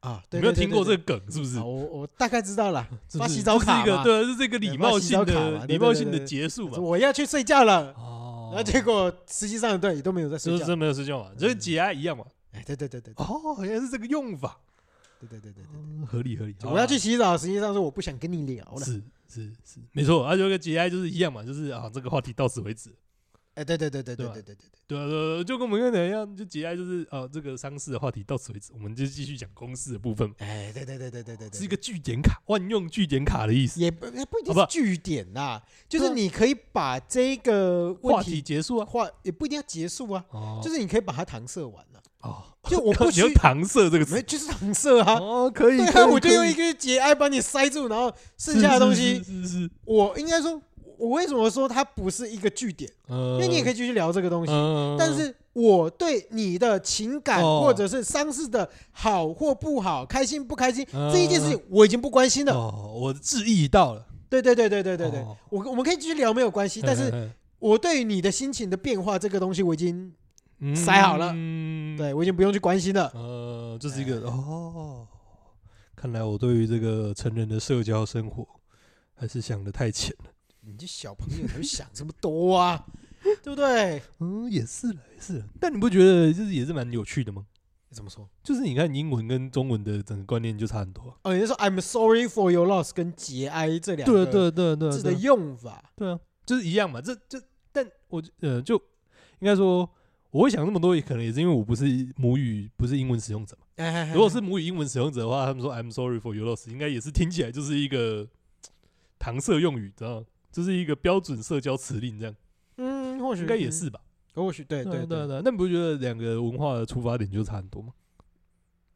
Speaker 1: 啊，
Speaker 2: 你
Speaker 1: 对，
Speaker 2: 没有
Speaker 1: 对
Speaker 2: 听过
Speaker 1: 对
Speaker 2: 这个梗是不是
Speaker 1: 对啊？我我大概知道 了，
Speaker 2: 是不
Speaker 1: 发
Speaker 2: 是
Speaker 1: 洗澡
Speaker 2: 这是
Speaker 1: 卡
Speaker 2: 一个
Speaker 1: 嘛
Speaker 2: 对，这啊是一个礼
Speaker 1: 对发
Speaker 2: 貌
Speaker 1: 洗
Speaker 2: 性
Speaker 1: 澡卡
Speaker 2: 的
Speaker 1: 嘛对
Speaker 2: 礼
Speaker 1: 对
Speaker 2: 貌
Speaker 1: 对
Speaker 2: 性
Speaker 1: 对
Speaker 2: 的
Speaker 1: 对
Speaker 2: 结束嘛。
Speaker 1: 我要去睡觉了。
Speaker 2: 哦
Speaker 1: 然后结果实际上对都没有在
Speaker 2: 就
Speaker 1: 睡
Speaker 2: 是
Speaker 1: 觉。
Speaker 2: 真没有睡觉嘛，就是
Speaker 1: 嗯
Speaker 2: 节哀一样嘛。
Speaker 1: 哎，对对对对
Speaker 2: 哦，原来是这个用法，
Speaker 1: 对对对对对。
Speaker 2: 嗯合理合理。
Speaker 1: 我要去
Speaker 2: 好
Speaker 1: 洗澡，实际上是我不想跟你聊
Speaker 2: 啦
Speaker 1: 了。
Speaker 2: 是是是，没错，而且跟节哀就是一样嘛，就是啊，这个话题到此为止。
Speaker 1: 哎，对对对对
Speaker 2: 对
Speaker 1: 对
Speaker 2: 吧
Speaker 1: 对对对对。
Speaker 2: 对啊，对啊就跟我们刚才讲一样，就节哀就是啊，这个丧事的话题到此为止，我们就继续讲公事的部分嘛，
Speaker 1: 哎，对对对对对对对。
Speaker 2: 是一个据点卡，万用据点卡的意思。
Speaker 1: 也不也不一定
Speaker 2: 好
Speaker 1: 是
Speaker 2: 吧
Speaker 1: 据点啦，就
Speaker 2: 对
Speaker 1: 是
Speaker 2: 啊
Speaker 1: 你可以把这个
Speaker 2: 话
Speaker 1: 问
Speaker 2: 题
Speaker 1: 题
Speaker 2: 结束啊，
Speaker 1: 话也不一定要结束啊，
Speaker 2: 哦，
Speaker 1: 就是是你可以把它搪塞完了、
Speaker 2: 哦，
Speaker 1: 就我不
Speaker 2: 你用
Speaker 1: 需
Speaker 2: 搪塞这个
Speaker 1: 没
Speaker 2: 词，
Speaker 1: 就是搪塞啊。
Speaker 2: 哦，可以，
Speaker 1: 对
Speaker 2: 可
Speaker 1: 啊，
Speaker 2: 以
Speaker 1: 我就
Speaker 2: 可
Speaker 1: 用
Speaker 2: 以
Speaker 1: 一个节哀把你塞住，然后剩
Speaker 2: 是
Speaker 1: 下的东
Speaker 2: 是
Speaker 1: 西，
Speaker 2: 是是是，
Speaker 1: 我应该说，我为什么说它不是一个据点？
Speaker 2: 因
Speaker 1: 因为你也可
Speaker 2: 以
Speaker 1: 以继续聊这个东西，
Speaker 2: 嗯
Speaker 1: 但是我对你的情感
Speaker 2: 哦
Speaker 1: 或者是伤势的好或不好、开心不开心
Speaker 2: 嗯
Speaker 1: 这一件事情，我已经不关心了。
Speaker 2: 哦，我的致意到了，
Speaker 1: 对对对对对对对
Speaker 2: 哦，
Speaker 1: 我我们可以继续聊没有关系，但是我对于你的心情的变化这个东西，我已经
Speaker 2: 嗯
Speaker 1: 塞好了
Speaker 2: 嗯，
Speaker 1: 对我已经不用去关心了。
Speaker 2: 呃，这是一
Speaker 1: 哎
Speaker 2: 个哦，看来我对于这个成人的社交生活还是想的太浅了。
Speaker 1: 你这小朋友才会想这么多 啊，对不对？
Speaker 2: 嗯，也是了，也是了。但你不觉得就是也是蛮有趣的吗？
Speaker 1: 怎么说？
Speaker 2: 就是你看英文跟中文的整个观念就差很多啊、
Speaker 1: 哦，你是说 "I'm sorry for your loss" 跟节哀这两
Speaker 2: 对啊
Speaker 1: 个
Speaker 2: 对啊对啊对啊
Speaker 1: 字的
Speaker 2: 对啊，
Speaker 1: 用法？
Speaker 2: 对啊，就是一样嘛。这这，但我呃就应该说，我会想那么多，也可能也是因为我不是母语，不是英文使用者嘛。
Speaker 1: 如 哎
Speaker 2: 如果是母语英文使用者的话，他们说 "I'm sorry for your loss"，应该也是听起来就是一个 搪塞用语，知道吗？就是一个标准社交辞令，这样
Speaker 1: 嗯，或许
Speaker 2: 应该也，是吧？
Speaker 1: 嗯或许对对
Speaker 2: 对啊对
Speaker 1: 对，
Speaker 2: 对，那你不觉得两个文化的出发点就差很多吗？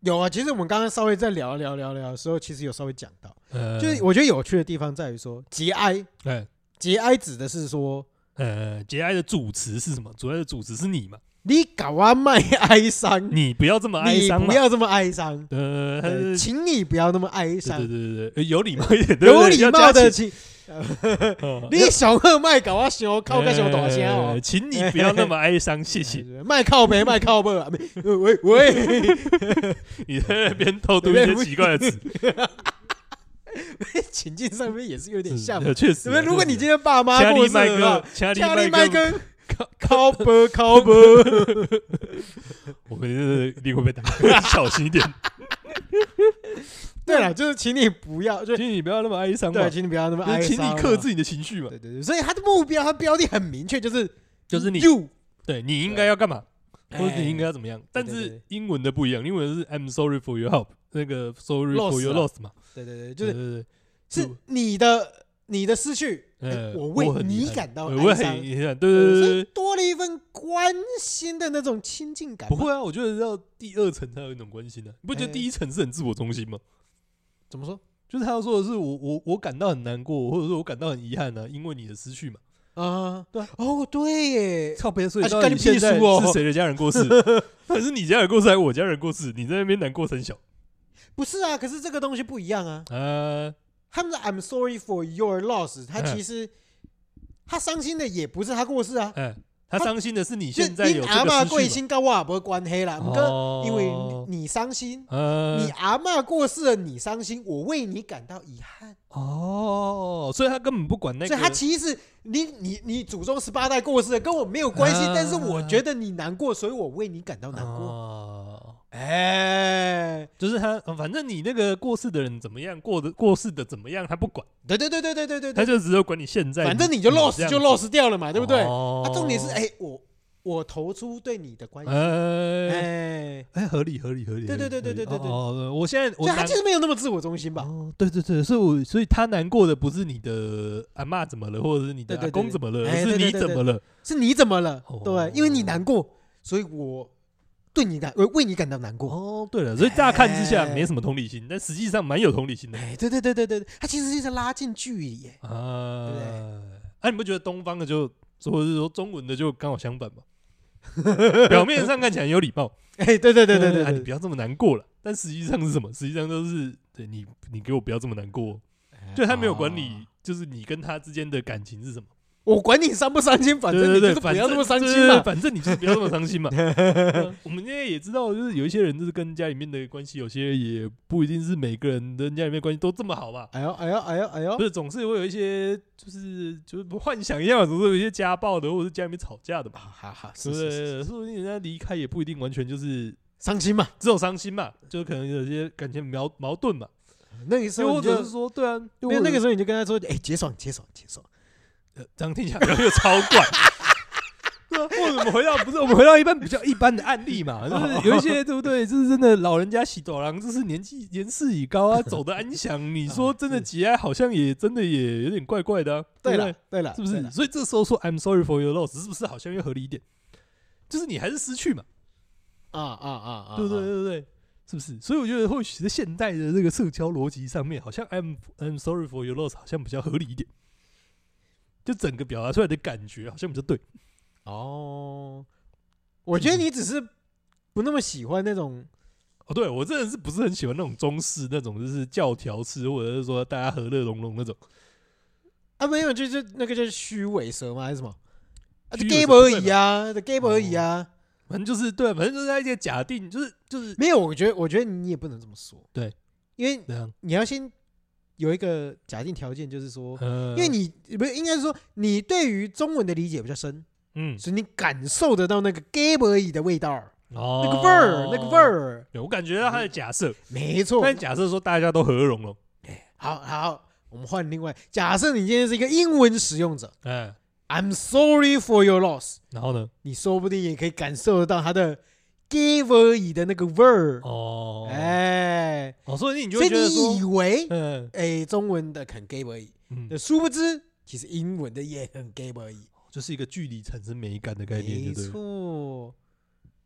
Speaker 1: 有啊。其实我们刚刚稍微在聊聊聊聊的时候，其实有稍微讲到，
Speaker 2: 呃
Speaker 1: 就是我觉得有趣的地方在于说节哀，
Speaker 2: 哎
Speaker 1: 节哀指的是说
Speaker 2: 呃，节哀的主词是什么？主要的主词是你嘛，
Speaker 1: 你搞啊卖哀伤，
Speaker 2: 你不要这么哀
Speaker 1: 你
Speaker 2: 伤
Speaker 1: 不
Speaker 2: 嘛。
Speaker 1: 要这么哀伤，
Speaker 2: 呃，他
Speaker 1: 对
Speaker 2: 是
Speaker 1: 请你不要那么哀
Speaker 2: 对对
Speaker 1: 伤，
Speaker 2: 对对对，呃有礼貌一 点，对不对
Speaker 1: 有礼貌的，
Speaker 2: 要加
Speaker 1: 请。
Speaker 2: 钱哦
Speaker 1: 你小贺卖搞啊想靠个小大声
Speaker 2: 呃
Speaker 1: 哦。哎
Speaker 2: 请你不要那么哀伤，谢谢。
Speaker 1: 卖靠北，卖靠背啊！没喂喂，
Speaker 2: 你在那边偷渡一些奇怪 的词，
Speaker 1: 情境上面也是有点像嘛。
Speaker 2: 呃确实
Speaker 1: 怎
Speaker 2: 啊。
Speaker 1: 么？如果
Speaker 2: 确
Speaker 1: 你
Speaker 2: 实啊
Speaker 1: 今天爸妈
Speaker 2: 掐
Speaker 1: 过
Speaker 2: 力
Speaker 1: 世
Speaker 2: 麦
Speaker 1: 了
Speaker 2: 哥，，掐
Speaker 1: 家里
Speaker 2: 力
Speaker 1: 麦
Speaker 2: 麦哥，
Speaker 1: 根靠背靠背，
Speaker 2: 我们是一定会被打，小心 一点。
Speaker 1: 对了，就是请你不要，就
Speaker 2: 请你不要那么哀伤嘛
Speaker 1: 对，，请你不要那么
Speaker 2: 就
Speaker 1: 哀
Speaker 2: 是
Speaker 1: 伤
Speaker 2: 啊请
Speaker 1: 嘛，
Speaker 2: 你克制你的情绪嘛。
Speaker 1: 对对对，所以他的目标，他标的很明确，就是
Speaker 2: 就是你
Speaker 1: you，
Speaker 2: 对你应该要干嘛，
Speaker 1: 哎
Speaker 2: 或者你应该要怎么样？
Speaker 1: 对
Speaker 2: 但是英文的不一样，英文是 I'm sorry for your help，那个 sorry
Speaker 1: Loss
Speaker 2: for your
Speaker 1: 啊
Speaker 2: loss 嘛，
Speaker 1: 对对对，就
Speaker 2: 对
Speaker 1: 是
Speaker 2: 对对，
Speaker 1: 是你的你的失去，哎
Speaker 2: 呃，
Speaker 1: 我为
Speaker 2: 很遗
Speaker 1: 你
Speaker 2: 憾
Speaker 1: 感到
Speaker 2: 呃我
Speaker 1: 哀
Speaker 2: 很
Speaker 1: 伤，
Speaker 2: 遗憾，对对
Speaker 1: 所
Speaker 2: 对
Speaker 1: 以
Speaker 2: 对，
Speaker 1: 多了一份关心的那种亲近感
Speaker 2: 不
Speaker 1: 嘛。
Speaker 2: 会啊，我觉得要第二层才有一种关心的，啊你不觉得
Speaker 1: 哎
Speaker 2: 第一层是很自我中心吗？
Speaker 1: 怎么说？
Speaker 2: 就是他要说的是我我我感到很难过，或者说我感到很遗憾呢、因为你的失去嘛。
Speaker 1: 啊，
Speaker 2: 对啊
Speaker 1: 哦，对耶，
Speaker 2: 靠背，所以
Speaker 1: 啊
Speaker 2: 到
Speaker 1: 干
Speaker 2: 底
Speaker 1: 你
Speaker 2: 现
Speaker 1: 屁
Speaker 2: 在
Speaker 1: 事哦
Speaker 2: 是谁的家 人过世？到底是你家人过世还是我家人过世？你在那边难过成小
Speaker 1: 不是啊，可是这个东西不一样啊。
Speaker 2: 啊？
Speaker 1: 他们的 I'm sorry for your loss，他
Speaker 2: 嗯
Speaker 1: 其实他伤心的也不是他过世啊，
Speaker 2: 哎，他
Speaker 1: 他
Speaker 2: 伤心的是你
Speaker 1: 就
Speaker 2: 现在有
Speaker 1: 阿
Speaker 2: 这
Speaker 1: 妈
Speaker 2: 个
Speaker 1: 贵
Speaker 2: 失去嘛？
Speaker 1: 心跟我也没关系啦，唔过
Speaker 2: 哦
Speaker 1: 因为你你伤心，
Speaker 2: 呃
Speaker 1: 你阿妈过世了，你伤心，我为你感到遗憾。
Speaker 2: 哦，所以他根本不管那个，
Speaker 1: 所以他其实你你你祖宗十八代过世了，跟我没有关系，
Speaker 2: 啊
Speaker 1: 但是我觉得你难过，所以我为你感到难过。
Speaker 2: 哦，
Speaker 1: 哎、
Speaker 2: 就是他，呃反正你那个过世的人怎么样，过的过世的怎么样，他不管，
Speaker 1: 对对对对对对对
Speaker 2: 他
Speaker 1: 对，
Speaker 2: 就只有管你现在，
Speaker 1: 反正你就 lost
Speaker 2: 这样
Speaker 1: 就 lost 掉了嘛，对不对？
Speaker 2: 哦
Speaker 1: 啊，重点是，哎、我我投出对你的关心，哎、
Speaker 2: 呃，哎，合理合理合理，
Speaker 1: 对对
Speaker 2: 合
Speaker 1: 对对
Speaker 2: 理合理
Speaker 1: 对对对
Speaker 2: 哦，哦我现在我
Speaker 1: 所以他
Speaker 2: 难
Speaker 1: 其实没有那么自我中心吧？
Speaker 2: 哦，对对对，所以我所以他难过的不是你的阿嬷怎么了，或者是你
Speaker 1: 对
Speaker 2: 的阿
Speaker 1: 对对
Speaker 2: 公怎么了，
Speaker 1: 哎
Speaker 2: 是
Speaker 1: 对对
Speaker 2: 你
Speaker 1: 对
Speaker 2: 怎么了，
Speaker 1: 是你怎么了？
Speaker 2: 哦
Speaker 1: 对，因为你难过，所以我对你感为为你感到难过。
Speaker 2: 哦，对了，所以乍看之下
Speaker 1: 哎
Speaker 2: 没什么同理心，但实际上蛮有同理心的
Speaker 1: 哎，对对对对对，他其实是在拉近距离耶。
Speaker 2: 啊
Speaker 1: 对不。
Speaker 2: 啊，你不觉得东方的就，或者是说中文的就刚好相反吗？表面上看起来很有礼貌，
Speaker 1: 哎，对对对对
Speaker 2: 啊，
Speaker 1: 对
Speaker 2: 你 不
Speaker 1: 对，
Speaker 2: 要这么难过了。但实际上是什么？实际上都是对你，你给我不要这么难过。就他没有管
Speaker 1: 哦
Speaker 2: 你，就是你跟他之间的感情是什么。
Speaker 1: 我管你伤不伤心，反正
Speaker 2: 对
Speaker 1: 你就
Speaker 2: 对
Speaker 1: 是不
Speaker 2: 对，反
Speaker 1: 要
Speaker 2: 正
Speaker 1: 那么伤
Speaker 2: 对
Speaker 1: 心
Speaker 2: 对对
Speaker 1: 嘛。
Speaker 2: 反正你就是不要那么伤 心嘛。 嗯我们现在也知道，就是有一些人就是跟家里面的关系，有些也不一定是每个人跟家里面关系都这么好嘛。
Speaker 1: 哎呦哎呦哎呦哎呦
Speaker 2: 不！是，总是会有一些，就是就是幻想一样，总是有一些家暴的，或者是家里面吵架的嘛，
Speaker 1: 好好好，
Speaker 2: 对
Speaker 1: 啊是
Speaker 2: 不
Speaker 1: 是是
Speaker 2: 对？说不定人家离开也不一定完全就是
Speaker 1: 伤心嘛。
Speaker 2: 只有伤心嘛，就可能有些感情矛矛盾嘛，
Speaker 1: 那个时
Speaker 2: 又
Speaker 1: 候
Speaker 2: 或
Speaker 1: 你
Speaker 2: 者是
Speaker 1: 就
Speaker 2: 说，对啊，又
Speaker 1: 没有
Speaker 2: 或
Speaker 1: 那个
Speaker 2: 者是
Speaker 1: 时候你就跟他说，哎，解爽解爽解爽。
Speaker 2: 呃这样听起来 好像又超怪。对啊，或者我们回到不是我们回到一般比较一般的案例
Speaker 1: 哦
Speaker 2: 嘛，就是有一些对不对？就是真的老人家洗斗狼，就是年纪年事已高啊，走的安详。你说真的节哀，好像也真的也有点怪怪的、啊。
Speaker 1: 对
Speaker 2: 不
Speaker 1: 了对了，
Speaker 2: 是不
Speaker 1: 对
Speaker 2: 是？
Speaker 1: 了？
Speaker 2: 所以这时候说 I'm sorry for your loss 是不是好像又合理一点？就是你还是失去嘛，
Speaker 1: 啊啊啊啊！
Speaker 2: 对不对？
Speaker 1: 啊？
Speaker 2: 对不对？是不是？所以我觉得或许在现代的这个社交逻辑上面，好像 I'm I'm sorry for your loss 好像比较合理一点，就整个表达出来的感觉好像比较对。
Speaker 1: 哦，我觉得你只是不那么喜欢那种
Speaker 2: 哦，对我真的是不是很喜欢那种中式那种，就是教条式，或者是说大家和乐融融那种。
Speaker 1: 啊，没有，就是那个就是虚伪蛇吗？还是什么？啊
Speaker 2: 虚
Speaker 1: ，gay
Speaker 2: 伪蛇
Speaker 1: 而已啊，gay
Speaker 2: 哦
Speaker 1: 而已啊，
Speaker 2: 反正就是对，反正就是在一些假定，就是就是
Speaker 1: 没有，我觉得，我觉得你也不能这么说，
Speaker 2: 对，
Speaker 1: 因为
Speaker 2: 这样。
Speaker 1: 你要先有一个假定条件，就是说，
Speaker 2: 呃，
Speaker 1: 因为你不是应该是说你对于中文的理解比较深，
Speaker 2: 嗯，
Speaker 1: 所以你感受得到那个 gay 而已的味道儿，
Speaker 2: 哦
Speaker 1: 那个味儿，那个味，儿，
Speaker 2: 对我感觉到他的假设，
Speaker 1: 没错。
Speaker 2: 但假设说大家都和融融，
Speaker 1: 好好，我们换另外，假设你今天是一个英文使用者
Speaker 2: 哎，
Speaker 1: ，I'm sorry for your loss。
Speaker 2: 然后呢？
Speaker 1: 你说不定也可以感受得到它的 give 而已的那个味儿，
Speaker 2: 哦，
Speaker 1: 哎，
Speaker 2: 哦，所以你就
Speaker 1: 所
Speaker 2: 会
Speaker 1: 以
Speaker 2: 觉得
Speaker 1: 你
Speaker 2: 说，
Speaker 1: 以为
Speaker 2: 嗯，
Speaker 1: 哎中文的肯 give 而已，
Speaker 2: 嗯
Speaker 1: 那，殊不知，其实英文的也很 gay 而已。
Speaker 2: 就是一个距离产生美感的概念，
Speaker 1: 没
Speaker 2: 对不对了？哦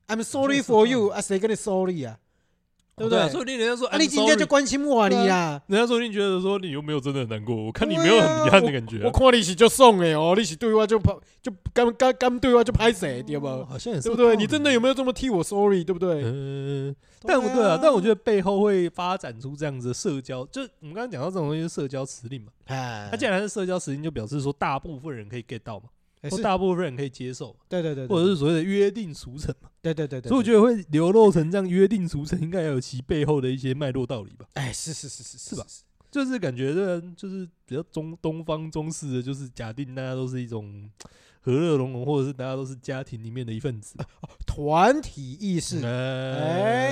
Speaker 1: 错，I'm sorry for you 啊，谁跟你 sorry 啊？对不
Speaker 2: 哦对啊？
Speaker 1: 对
Speaker 2: 所以令人家说，
Speaker 1: 啊，
Speaker 2: I'm
Speaker 1: 你今天就
Speaker 2: sorry
Speaker 1: 关心我你啦，
Speaker 2: 人家说你觉得说你又没有真的很难过，我看你
Speaker 1: 对
Speaker 2: 没有很遗憾的
Speaker 1: 啊
Speaker 2: 感觉
Speaker 1: 我
Speaker 2: 啊，
Speaker 1: 看你是就送的哦，你是对我就拍就刚刚刚对我就拍谁对
Speaker 2: 哦
Speaker 1: 不？
Speaker 2: 好像也是
Speaker 1: 对不
Speaker 2: 有道
Speaker 1: 对？
Speaker 2: 理
Speaker 1: 你真的有没有这么替我 sorry？对不对？
Speaker 2: 嗯，但我对啊，但我觉得背后会发展出这样子的社交，就我们刚刚讲到这种东西，社交辞令嘛。
Speaker 1: 得，哎
Speaker 2: 它既然是社交辞令，就表示说大部分人可以 get 到嘛，
Speaker 1: 哎
Speaker 2: 或
Speaker 1: 是
Speaker 2: 大部分人可以接受嘛，
Speaker 1: 对对对，对
Speaker 2: 或者是所谓的约定俗成嘛。
Speaker 1: 对对对对，
Speaker 2: 所以我觉
Speaker 1: 得，
Speaker 2: 得会流露成这样约定俗成，应该有其背后的一些脉络道理吧。
Speaker 1: 哎，是是是是
Speaker 2: 是吧？就是感觉这个就是比较中东方中式的，就是假定大家都是一种和乐融融，或者是大家都是家庭里面的一份子嘛。
Speaker 1: 团体意识，哎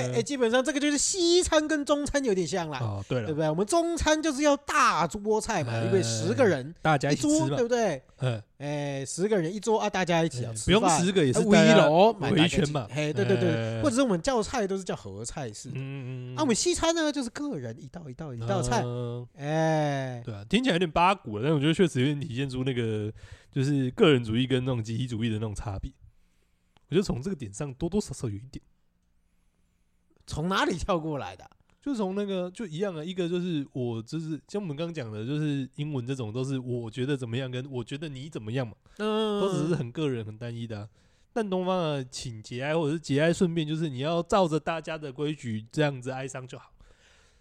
Speaker 2: 哎
Speaker 1: 哎，基本上这个就是西餐跟中餐有点像啦，
Speaker 2: 哦，对
Speaker 1: 对
Speaker 2: 了，
Speaker 1: 不对？我们中餐就是要大桌菜嘛，
Speaker 2: 哎
Speaker 1: 因为十个人
Speaker 2: 大家
Speaker 1: 一
Speaker 2: 一起吃
Speaker 1: 桌，
Speaker 2: 嘛
Speaker 1: 对，不对？
Speaker 2: 嗯，
Speaker 1: 哎，十个人一桌啊，大家一起啊，
Speaker 2: 嗯
Speaker 1: 吃
Speaker 2: 不用
Speaker 1: 饭
Speaker 2: 十个也是
Speaker 1: 哎
Speaker 2: 大
Speaker 1: 围
Speaker 2: 家
Speaker 1: 楼买
Speaker 2: 围
Speaker 1: 大家
Speaker 2: 一
Speaker 1: 一
Speaker 2: 圈
Speaker 1: 起
Speaker 2: 嘛。
Speaker 1: 哎，对对对，
Speaker 2: 哎
Speaker 1: 或者是我们叫菜都是叫合菜式的，
Speaker 2: 嗯嗯嗯，
Speaker 1: 啊，我们西餐呢就是个人一道一道一道菜，
Speaker 2: 嗯
Speaker 1: 哎，
Speaker 2: 对啊，听起来有点八股了，但我觉得确实有点体现出那个就是个人主义跟那种集体主义的那种差别。我觉得从这个点上多多少少有一点，
Speaker 1: 从哪里跳过来的？
Speaker 2: 就从那个就一样啊，一个就是我就是像我们刚刚讲的，就是英文这种都是我觉得怎么样跟我觉得你怎么样嘛，
Speaker 1: 嗯，
Speaker 2: 都只是很个人很单一的啊、但东方的请节哀或者是节哀顺变，就是你要照着大家的规矩这样子哀伤就好。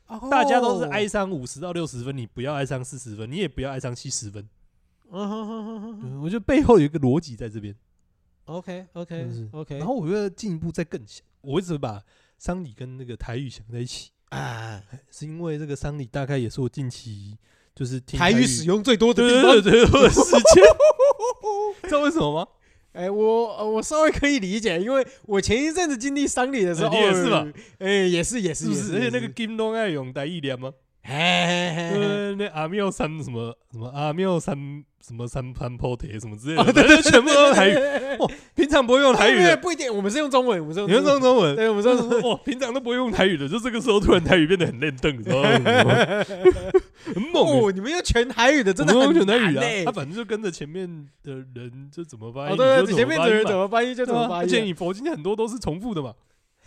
Speaker 1: 哦
Speaker 2: 大家都是哀，伤五十到六十分，你不要哀伤四十分，你也不要哀伤七十分。
Speaker 1: 嗯哼哼哼哼哼
Speaker 2: 嗯，我觉得背后有一个逻辑在这边。
Speaker 1: OK OK
Speaker 2: 真是
Speaker 1: OK，
Speaker 2: 然后我觉得进一步再更想，我一直把丧礼跟那个台语想在一起，
Speaker 1: 啊，
Speaker 2: 是因为这个丧礼大概也是我近期就是听
Speaker 1: 台
Speaker 2: 语
Speaker 1: 语使用最多的地
Speaker 2: 对对对
Speaker 1: 方，
Speaker 2: 对对的时间， 知道为什么吗？
Speaker 1: 哎，我呃我稍微可以理解，因为我前一阵子经历丧礼的时候，
Speaker 2: 哎你也是吧
Speaker 1: 哦？哎，也是也是，
Speaker 2: 是不
Speaker 1: 也
Speaker 2: 是？而哎且那个
Speaker 1: 也
Speaker 2: 金东爱用台语念吗？
Speaker 1: 嘿嘿嘿嘿
Speaker 2: 对，那阿妙三什么什么阿妙三什么三番坡铁什么之类哦的，对对，哎全部都是台语，
Speaker 1: 语，
Speaker 2: 平常不会用台语
Speaker 1: 没有
Speaker 2: 的，
Speaker 1: 不一定，我们是用中文，我们是用
Speaker 2: 你们用中文。
Speaker 1: 对，我们是
Speaker 2: 就
Speaker 1: 用
Speaker 2: 是
Speaker 1: 中
Speaker 2: 说，哦，平常都不会用台语的，就这个时候突然台语变得很练凳，你知道 吗？很猛欸、
Speaker 1: 哦，你们用全台语的真的
Speaker 2: 我们
Speaker 1: 很
Speaker 2: 用全台
Speaker 1: 难
Speaker 2: 语啊，
Speaker 1: 欸
Speaker 2: 他反正就跟着前面的人就怎么发音，
Speaker 1: 哦，对
Speaker 2: 你
Speaker 1: 对，
Speaker 2: 就
Speaker 1: 前面的人怎
Speaker 2: 么
Speaker 1: 么翻译就
Speaker 2: 发
Speaker 1: 怎
Speaker 2: 音
Speaker 1: 么
Speaker 2: 嘛对啊
Speaker 1: 翻
Speaker 2: 而
Speaker 1: 译
Speaker 2: 且
Speaker 1: 啊。
Speaker 2: 你佛经很多都是重复的嘛，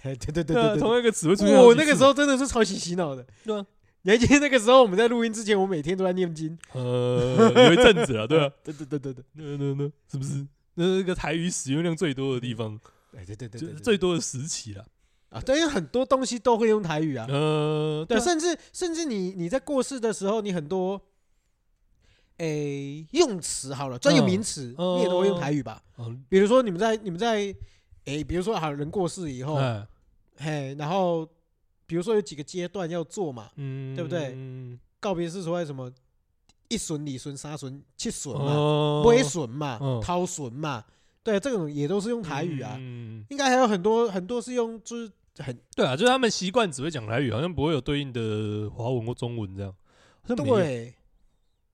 Speaker 1: 嘿对对对
Speaker 2: 啊
Speaker 1: 对
Speaker 2: 同
Speaker 1: 对
Speaker 2: 哦一个词汇出现
Speaker 1: 对，
Speaker 2: 好
Speaker 1: 我
Speaker 2: 几
Speaker 1: 那个
Speaker 2: 次
Speaker 1: 时候真的是超级洗脑的。
Speaker 2: 对啊，
Speaker 1: 你还记得那个时候我们在录音之前，我每天都在念经。
Speaker 2: 嘛呃有一阵子了，对啊，
Speaker 1: 对对对对对，
Speaker 2: 那那那是不是？那是个台语使用量最多的地方，
Speaker 1: 哎对对对
Speaker 2: 就
Speaker 1: 对，
Speaker 2: 最多的时期了。
Speaker 1: 啊，对，因为很多东西都会用台语啊。
Speaker 2: 呃，
Speaker 1: 对，
Speaker 2: 啊
Speaker 1: 甚至甚至你你在过世的时候，你很多诶用词好了，专有名词
Speaker 2: 嗯
Speaker 1: 你也都会用台语吧？
Speaker 2: 嗯
Speaker 1: 比如说你们在你们在诶，比如说好人过世以后，
Speaker 2: 哎
Speaker 1: 嘿，然后比如说有几个阶段要做嘛，
Speaker 2: 嗯，
Speaker 1: 对不对
Speaker 2: 嗯？
Speaker 1: 告别式所谓什么一损、二损、三损、七损嘛，
Speaker 2: 哦，
Speaker 1: 龟损嘛
Speaker 2: 嗯，
Speaker 1: 掏损嘛，对，这种也都是用台语啊。
Speaker 2: 嗯
Speaker 1: 应该还有很多很多是用就是很
Speaker 2: 对啊，就是他们习惯只会讲台语，好像不会有对应的华文或中文这样。好像没有，
Speaker 1: 对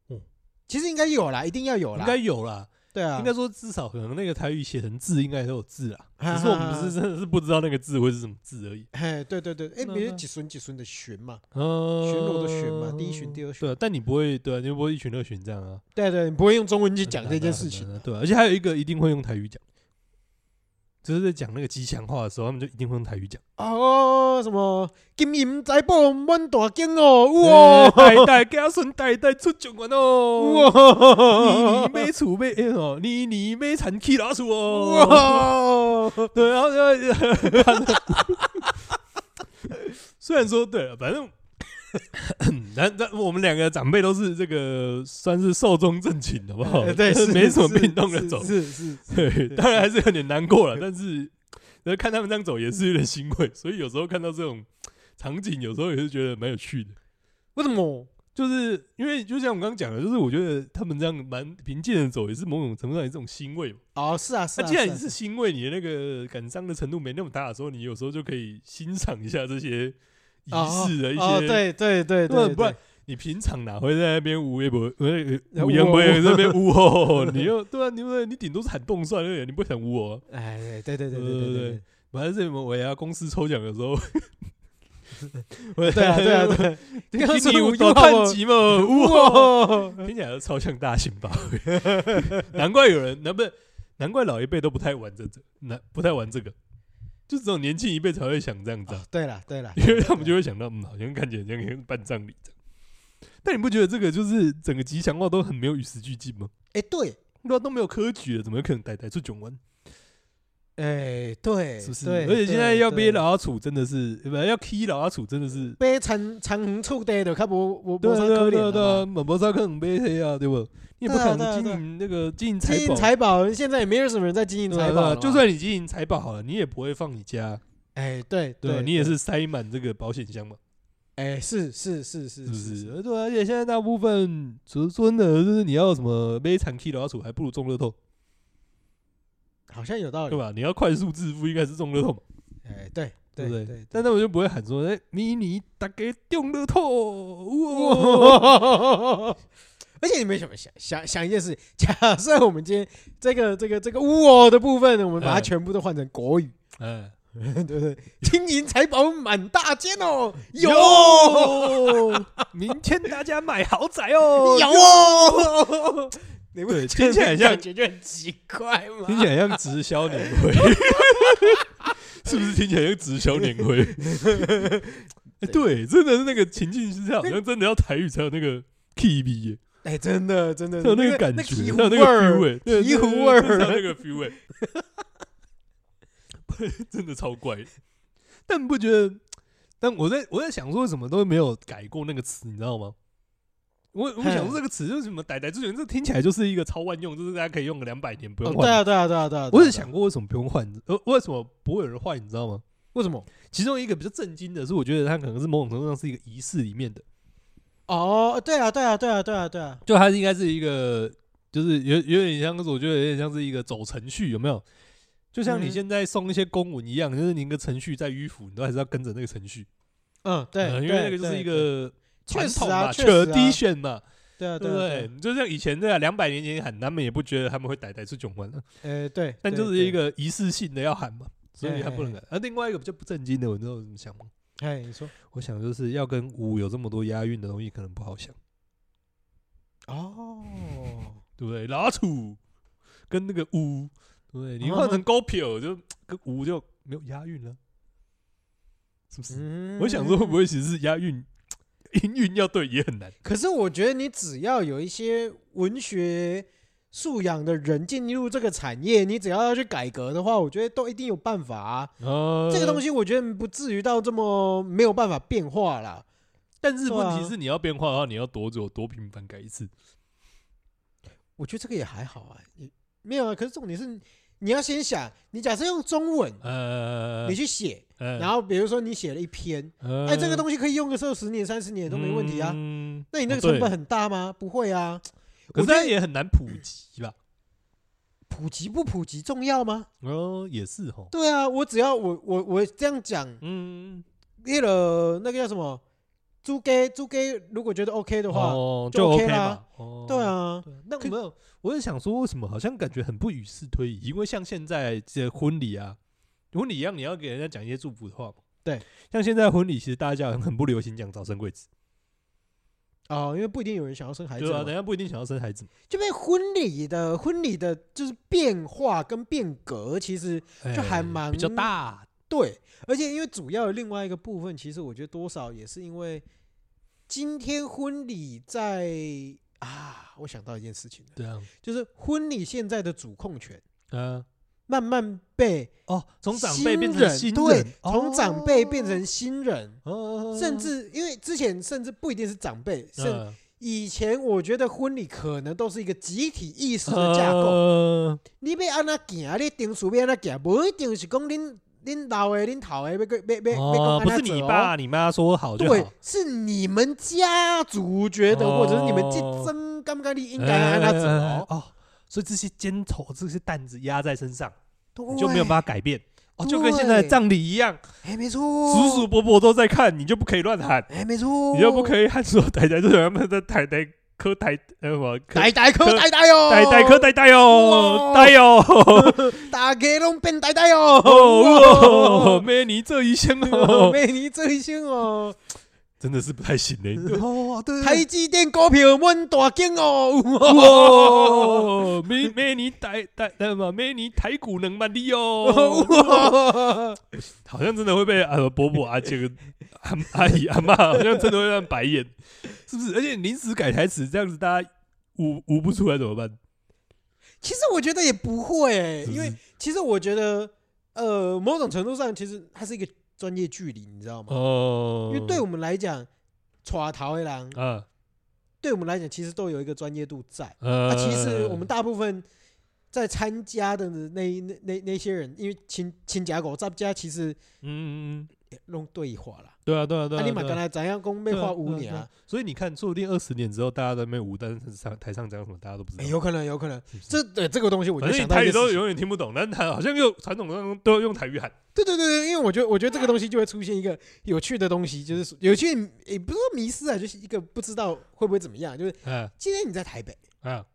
Speaker 2: 嗯，
Speaker 1: 其实应该有啦，一定要有啦，
Speaker 2: 应该有啦。
Speaker 1: 对啊，
Speaker 2: 应该说至少可能那个台语写成字应该都有字啦，
Speaker 1: 哈
Speaker 2: 只是我们是真的是不知道那个字会是什么字而已。
Speaker 1: 哎，对对对，哎，
Speaker 2: 那
Speaker 1: 比如
Speaker 2: 那
Speaker 1: 几旬几旬的旬嘛，
Speaker 2: 嗯，
Speaker 1: 巡逻的巡嘛第一巡第二巡
Speaker 2: 对啊，但你不会对啊，你不会一巡二巡这样啊。
Speaker 1: 对对，你不会用中文去
Speaker 2: 很
Speaker 1: 讲
Speaker 2: 难
Speaker 1: 这
Speaker 2: 啊
Speaker 1: 件
Speaker 2: 很
Speaker 1: 事
Speaker 2: 难
Speaker 1: 情
Speaker 2: 啊
Speaker 1: 的，
Speaker 2: 对啊而且还有一个一定会用台语讲，就是在讲那个吉祥话的时候，他们就一定会用台语讲。
Speaker 1: 哦，什么金银财宝满大金哦，哇，
Speaker 2: 代代家孙代代出状元哦，
Speaker 1: 哇
Speaker 2: 你买厝买哎哦，你你买产起老鼠哦，
Speaker 1: 哇，
Speaker 2: 对，然后就 虽然说对了，啊反正。但但我们两个长辈都是这个算是寿终正寝，好不好？
Speaker 1: 哎 对，是
Speaker 2: 没什么
Speaker 1: 是
Speaker 2: 病痛的
Speaker 1: 是
Speaker 2: 走。
Speaker 1: 是是，
Speaker 2: 对， 当然还是有点难过了，但是呃看他们这样走也是有点欣慰，所以有时候看到这种场景，有时候也是觉得蛮有趣的。
Speaker 1: 为什么？
Speaker 2: 就是因为就像我刚刚讲的，就是我觉得他们这样蛮平静的走，也是某种程度上也是一种欣慰嘛。
Speaker 1: 哦，是啊是啊，
Speaker 2: 那、既
Speaker 1: 是
Speaker 2: 然
Speaker 1: 啊
Speaker 2: 你是欣慰，你的那个感伤的程度没那么大的时候，你有时候就可以欣赏一下这些仪式的一些。
Speaker 1: 哦，对对对
Speaker 2: 不
Speaker 1: 对，
Speaker 2: 然不然
Speaker 1: 对
Speaker 2: 你平常哪会在那边无微不
Speaker 1: 呃
Speaker 2: 无言不
Speaker 1: 我
Speaker 2: 言在那边呜吼吼？你 又对啊，你不你顶多是喊动算而已，你不会喊呜哦、
Speaker 1: 哎，对对对对
Speaker 2: 对
Speaker 1: 对
Speaker 2: 对
Speaker 1: 对
Speaker 2: 反正是我们维亚公司抽奖的时候，
Speaker 1: 对，对啊对啊对啊，刚刚说
Speaker 2: 有
Speaker 1: 我
Speaker 2: 有
Speaker 1: 有
Speaker 2: 看
Speaker 1: 看
Speaker 2: 集吗？
Speaker 1: 哇，
Speaker 2: 听起来都超像大型八位， 难怪有人，难不难怪老一辈都不太玩这这，难不太玩这个，就只有年轻一辈才会想这样子、啊
Speaker 1: 哦，对了对了，
Speaker 2: 因为他们就会想到，嗯，好像看起来像像办葬礼这样。但你不觉得这个就是整个吉祥话都很没有与时俱进吗？
Speaker 1: 哎对，
Speaker 2: 对啊，都没有科举了，怎么有可能代代出囧湾？
Speaker 1: 哎对，
Speaker 2: 是不是？
Speaker 1: 对
Speaker 2: 而且现在要
Speaker 1: 对
Speaker 2: 憋老阿楚真的是，不要 K 老阿楚真的是，
Speaker 1: 被长长横处地就较无无
Speaker 2: 对
Speaker 1: 无
Speaker 2: 啊
Speaker 1: 啥
Speaker 2: 对
Speaker 1: 可
Speaker 2: 啊
Speaker 1: 怜
Speaker 2: 对啊
Speaker 1: 了
Speaker 2: 对啊，
Speaker 1: 嘛。
Speaker 2: 满博沙克很悲黑啊，对不？你也不
Speaker 1: 对啊
Speaker 2: 可
Speaker 1: 对啊对
Speaker 2: 能经
Speaker 1: 啊
Speaker 2: 营那个经营财
Speaker 1: 金银
Speaker 2: 宝，
Speaker 1: 财宝现在也没有什么人在经营
Speaker 2: 对啊
Speaker 1: 财
Speaker 2: 对啊
Speaker 1: 宝了嘛，
Speaker 2: 就算你经营财宝好了，你也不会放你家，
Speaker 1: 哎对
Speaker 2: 对啊，
Speaker 1: 对，
Speaker 2: 你也是塞满这个保险箱嘛，
Speaker 1: 哎是是是
Speaker 2: 是
Speaker 1: 是
Speaker 2: 不是？？呃对啊，而且现在大部分说真的，就是你要什么悲惨 K 老阿楚，还不如中乐透，
Speaker 1: 好像有道
Speaker 2: 对
Speaker 1: 理，
Speaker 2: 吧？你要快速致富，应该是中乐透嘛，
Speaker 1: 哎对对
Speaker 2: 对不
Speaker 1: 对
Speaker 2: 对？，但他们就不会喊说，哎，迷你大概中乐透，哇！
Speaker 1: 哇！而且你们想想想想一件事，假设我们今天这个这个这个呜哦的部分，我们把它
Speaker 2: 哎
Speaker 1: 全部都换成国语，
Speaker 2: 哎，
Speaker 1: 对不对？金银财宝满大街哦，有
Speaker 2: 有，明天大家买豪宅哦，
Speaker 1: 有哦，你不
Speaker 2: 对
Speaker 1: 觉得
Speaker 2: 听起来像
Speaker 1: 感觉就很奇怪
Speaker 2: 听
Speaker 1: 吗？
Speaker 2: 起来像直销年 会，是不是听起来像直销年 会？哎对，真的是那个情境是这样，好像真的要台语才有那个 key 耶，
Speaker 1: 哎，真的真的
Speaker 2: 才有那个
Speaker 1: 个
Speaker 2: 感
Speaker 1: 那
Speaker 2: 觉，才
Speaker 1: 醍
Speaker 2: 有
Speaker 1: 醐
Speaker 2: 那个
Speaker 1: 味儿
Speaker 2: feel 哎，对
Speaker 1: 醍醐
Speaker 2: 对
Speaker 1: 味儿
Speaker 2: 对才有那个 feel 哎，真的超怪的。但不觉得？但我在我在想说，为什么都没有改过那个词，你知道吗？我我想说这个词就是什么“逮逮之前”，这听起来就是一个超万用，就是大家可以用个两百年不
Speaker 1: 哦
Speaker 2: 用换
Speaker 1: 对
Speaker 2: 的
Speaker 1: 啊对啊对啊对啊！对啊
Speaker 2: 我有想，过为什么不用换，呃，为什么不会有人换，你知道吗？
Speaker 1: 为什么？
Speaker 2: 其中一个比较震惊的是，我觉得它可能是某种程度上是一个仪式里面的，
Speaker 1: 哦，对啊对啊对啊对啊对啊！
Speaker 2: 就它应该是一个，就是有有点像是我觉得有点像是一个走程序，有没有？就像你
Speaker 1: 嗯
Speaker 2: 现在送一些公文一样，就是你一个程序在迂腐，你都还是要跟着那个程序，
Speaker 1: 嗯，对
Speaker 2: 呃，因
Speaker 1: 对
Speaker 2: 为那个就是
Speaker 1: 对
Speaker 2: 一个传统
Speaker 1: 确实
Speaker 2: 嘛
Speaker 1: 啊确实啊
Speaker 2: tradition 嘛，
Speaker 1: 对啊
Speaker 2: 对
Speaker 1: 对
Speaker 2: 不
Speaker 1: 啊
Speaker 2: 对？，你就像以前对啊，两百年前喊他们也不觉得他们会逮逮出囧文，
Speaker 1: 哎对，
Speaker 2: 但就
Speaker 1: 对
Speaker 2: 是一
Speaker 1: 对
Speaker 2: 个仪式性的要喊嘛，所以他不能
Speaker 1: 哎
Speaker 2: 改。而另外一个比较不正经的，我知道我怎么想吗？
Speaker 1: 哎，你说
Speaker 2: 我想就是要跟五有这么多押韵的东西，可能不好想，
Speaker 1: 哦，
Speaker 2: 对不对？拉土跟那个五，对不对？你
Speaker 1: 嗯
Speaker 2: 换成高票就跟五就没有押韵了，是不是？
Speaker 1: 嗯
Speaker 2: 我想说会不？会其实是押韵音韵要对也很难，
Speaker 1: 可是我觉得你只要有一些文学素养的人进入这个产业，你只要要去改革的话，我觉得都一定有办法啊。
Speaker 2: 呃
Speaker 1: 这个东
Speaker 2: 西，
Speaker 1: 西我觉得不至于到这么没有办法变化啦。
Speaker 2: 但是
Speaker 1: 对
Speaker 2: 问题
Speaker 1: 啊
Speaker 2: 是你要变化的话，你要多久多频繁改一次？
Speaker 1: 我觉得这个也还好啊，也没有啊。可是重点是你要先想，你假设用中文
Speaker 2: 呃
Speaker 1: 你，去写，然
Speaker 2: 然
Speaker 1: 后比如说你写了一篇，哎，这个东西可以用个二十年、三十年
Speaker 2: 西
Speaker 1: 都没问题啊。
Speaker 2: 嗯
Speaker 1: 那你那个
Speaker 2: 哦对
Speaker 1: 成本很大吗？不会啊。
Speaker 2: 哦
Speaker 1: 我
Speaker 2: 可是
Speaker 1: 觉
Speaker 2: 它
Speaker 1: 得
Speaker 2: 也很难普及吧？
Speaker 1: 普及不普及重要吗？
Speaker 2: 哦，也是哦。
Speaker 1: 对啊，我只要我我我这样讲，
Speaker 2: 嗯，
Speaker 1: 那个那个叫什么，租给租给，如果觉得 OK 的话，
Speaker 2: 哦，
Speaker 1: 就
Speaker 2: 就
Speaker 1: OK
Speaker 2: 嘛
Speaker 1: 啦。
Speaker 2: 哦，
Speaker 1: 对啊，
Speaker 2: 对。那我
Speaker 1: 可
Speaker 2: 没有，我是想说，为什么好像感觉很不与世推移？因为像现在这婚礼啊，婚礼一样，你要给人家讲一些祝福的话嘛。
Speaker 1: 对，
Speaker 2: 像现在婚礼，其实大家好像很不流行讲早生贵子，
Speaker 1: 哦，因为不一定有人想要生孩子
Speaker 2: 对啊，
Speaker 1: 嘛，
Speaker 2: 人家不一定想要生孩子嘛。
Speaker 1: 就被婚礼的婚礼的就是变化跟变革，其实就还
Speaker 2: 哎
Speaker 1: 蛮
Speaker 2: 比较大，
Speaker 1: 对，而且因为主要的另外一个部分，其实我觉得多少也是因为今天婚礼在啊，我想到一件事情了，
Speaker 2: 对啊，
Speaker 1: 就是婚礼现在的主控权
Speaker 2: 嗯，
Speaker 1: 慢慢被
Speaker 2: 哦，从长
Speaker 1: 新
Speaker 2: 辈变成
Speaker 1: 人
Speaker 2: 新
Speaker 1: 对
Speaker 2: 人，，
Speaker 1: 从长辈变成新人，
Speaker 2: 哦，
Speaker 1: 甚 至因为之前甚至不一定是长辈，甚
Speaker 2: 嗯
Speaker 1: 以前我觉得婚礼可能都是一个集体意识的架构，
Speaker 2: 呃
Speaker 1: 你要安那行，你定数要安那行，不一定是讲恁恁老的恁头的要个要要要
Speaker 2: 哦，
Speaker 1: 讲
Speaker 2: 不是你爸你妈说好就
Speaker 1: 对
Speaker 2: 好，，
Speaker 1: 是你们家族觉得，或者是你们竞
Speaker 2: 哦
Speaker 1: 争，感觉你应该安那
Speaker 2: 哎
Speaker 1: 走，
Speaker 2: 哦，所以这些尖头这些担子压在身上。
Speaker 1: 对
Speaker 2: 你就没有办法改变。哦，就跟
Speaker 1: 对
Speaker 2: 现在的葬礼一样，
Speaker 1: 哎，没错，
Speaker 2: 叔叔伯伯都在看，你就不可以乱喊，
Speaker 1: 哎，没错，
Speaker 2: 你就不可以喊说台台，就是他们在台台磕台呃什么磕
Speaker 1: 呆呆
Speaker 2: 磕
Speaker 1: 磕呆呆哟，
Speaker 2: 台台磕台台哦，
Speaker 1: 哇
Speaker 2: 台哦，
Speaker 1: 大家拢变呆呆哦！
Speaker 2: 哦
Speaker 1: 哦
Speaker 2: 哦，，妹你这一生
Speaker 1: 哦，
Speaker 2: 哦，
Speaker 1: 妹你最凶哦！
Speaker 2: 真的是不太行嘞、哦，对
Speaker 1: 台积电股票问大金哦，有哦
Speaker 2: 哦，没没你台台那么没你台股能蛮力哦，
Speaker 1: 哇
Speaker 2: 好像真的会被 啊伯伯阿姐跟阿阿姨阿妈，好像真的会让白眼， 是不是？而且临时改台词这样子，大家捂捂不出来怎 么办？
Speaker 1: 其实我觉得也不会、欸，
Speaker 2: 是不
Speaker 1: 因
Speaker 2: 是
Speaker 1: 为其实我觉得，呃，某种程度上，其实它是一个专业距离，你知道吗？
Speaker 2: 哦
Speaker 1: 因，为对我们来讲，耍桃一郎，
Speaker 2: 啊
Speaker 1: 对我们来讲，其实都有一个专业度在。
Speaker 2: 呃
Speaker 1: 啊，其实我们大部分在参加的那那那那些人，因为亲亲家狗咱家其实
Speaker 2: 嗯嗯嗯，
Speaker 1: 弄对话啦，
Speaker 2: 对啊对啊对
Speaker 1: 啊，
Speaker 2: 啊，
Speaker 1: 你嘛
Speaker 2: 对啊
Speaker 1: 刚才怎样讲被画五年
Speaker 2: 对啊
Speaker 1: 啊？
Speaker 2: 所以你看，说不定二十年之后，大家在那边舞，但是上台上讲什么，大家都不知道。
Speaker 1: 哎有可能，有可能，
Speaker 2: 是不是
Speaker 1: 这对这个东西我就
Speaker 2: 反正你
Speaker 1: 想到
Speaker 2: 台
Speaker 1: 一
Speaker 2: 语
Speaker 1: 个
Speaker 2: 都
Speaker 1: 事情
Speaker 2: 永远听不懂，但他好像又传统当中都要用台语喊。
Speaker 1: 对对对对，因为我觉得我觉得这个东西就会出现一个有趣的东西，就是有趣也不是说迷失啊，就是一个不知道会不会怎么样。就是
Speaker 2: 啊
Speaker 1: 今天你在台北，
Speaker 2: 啊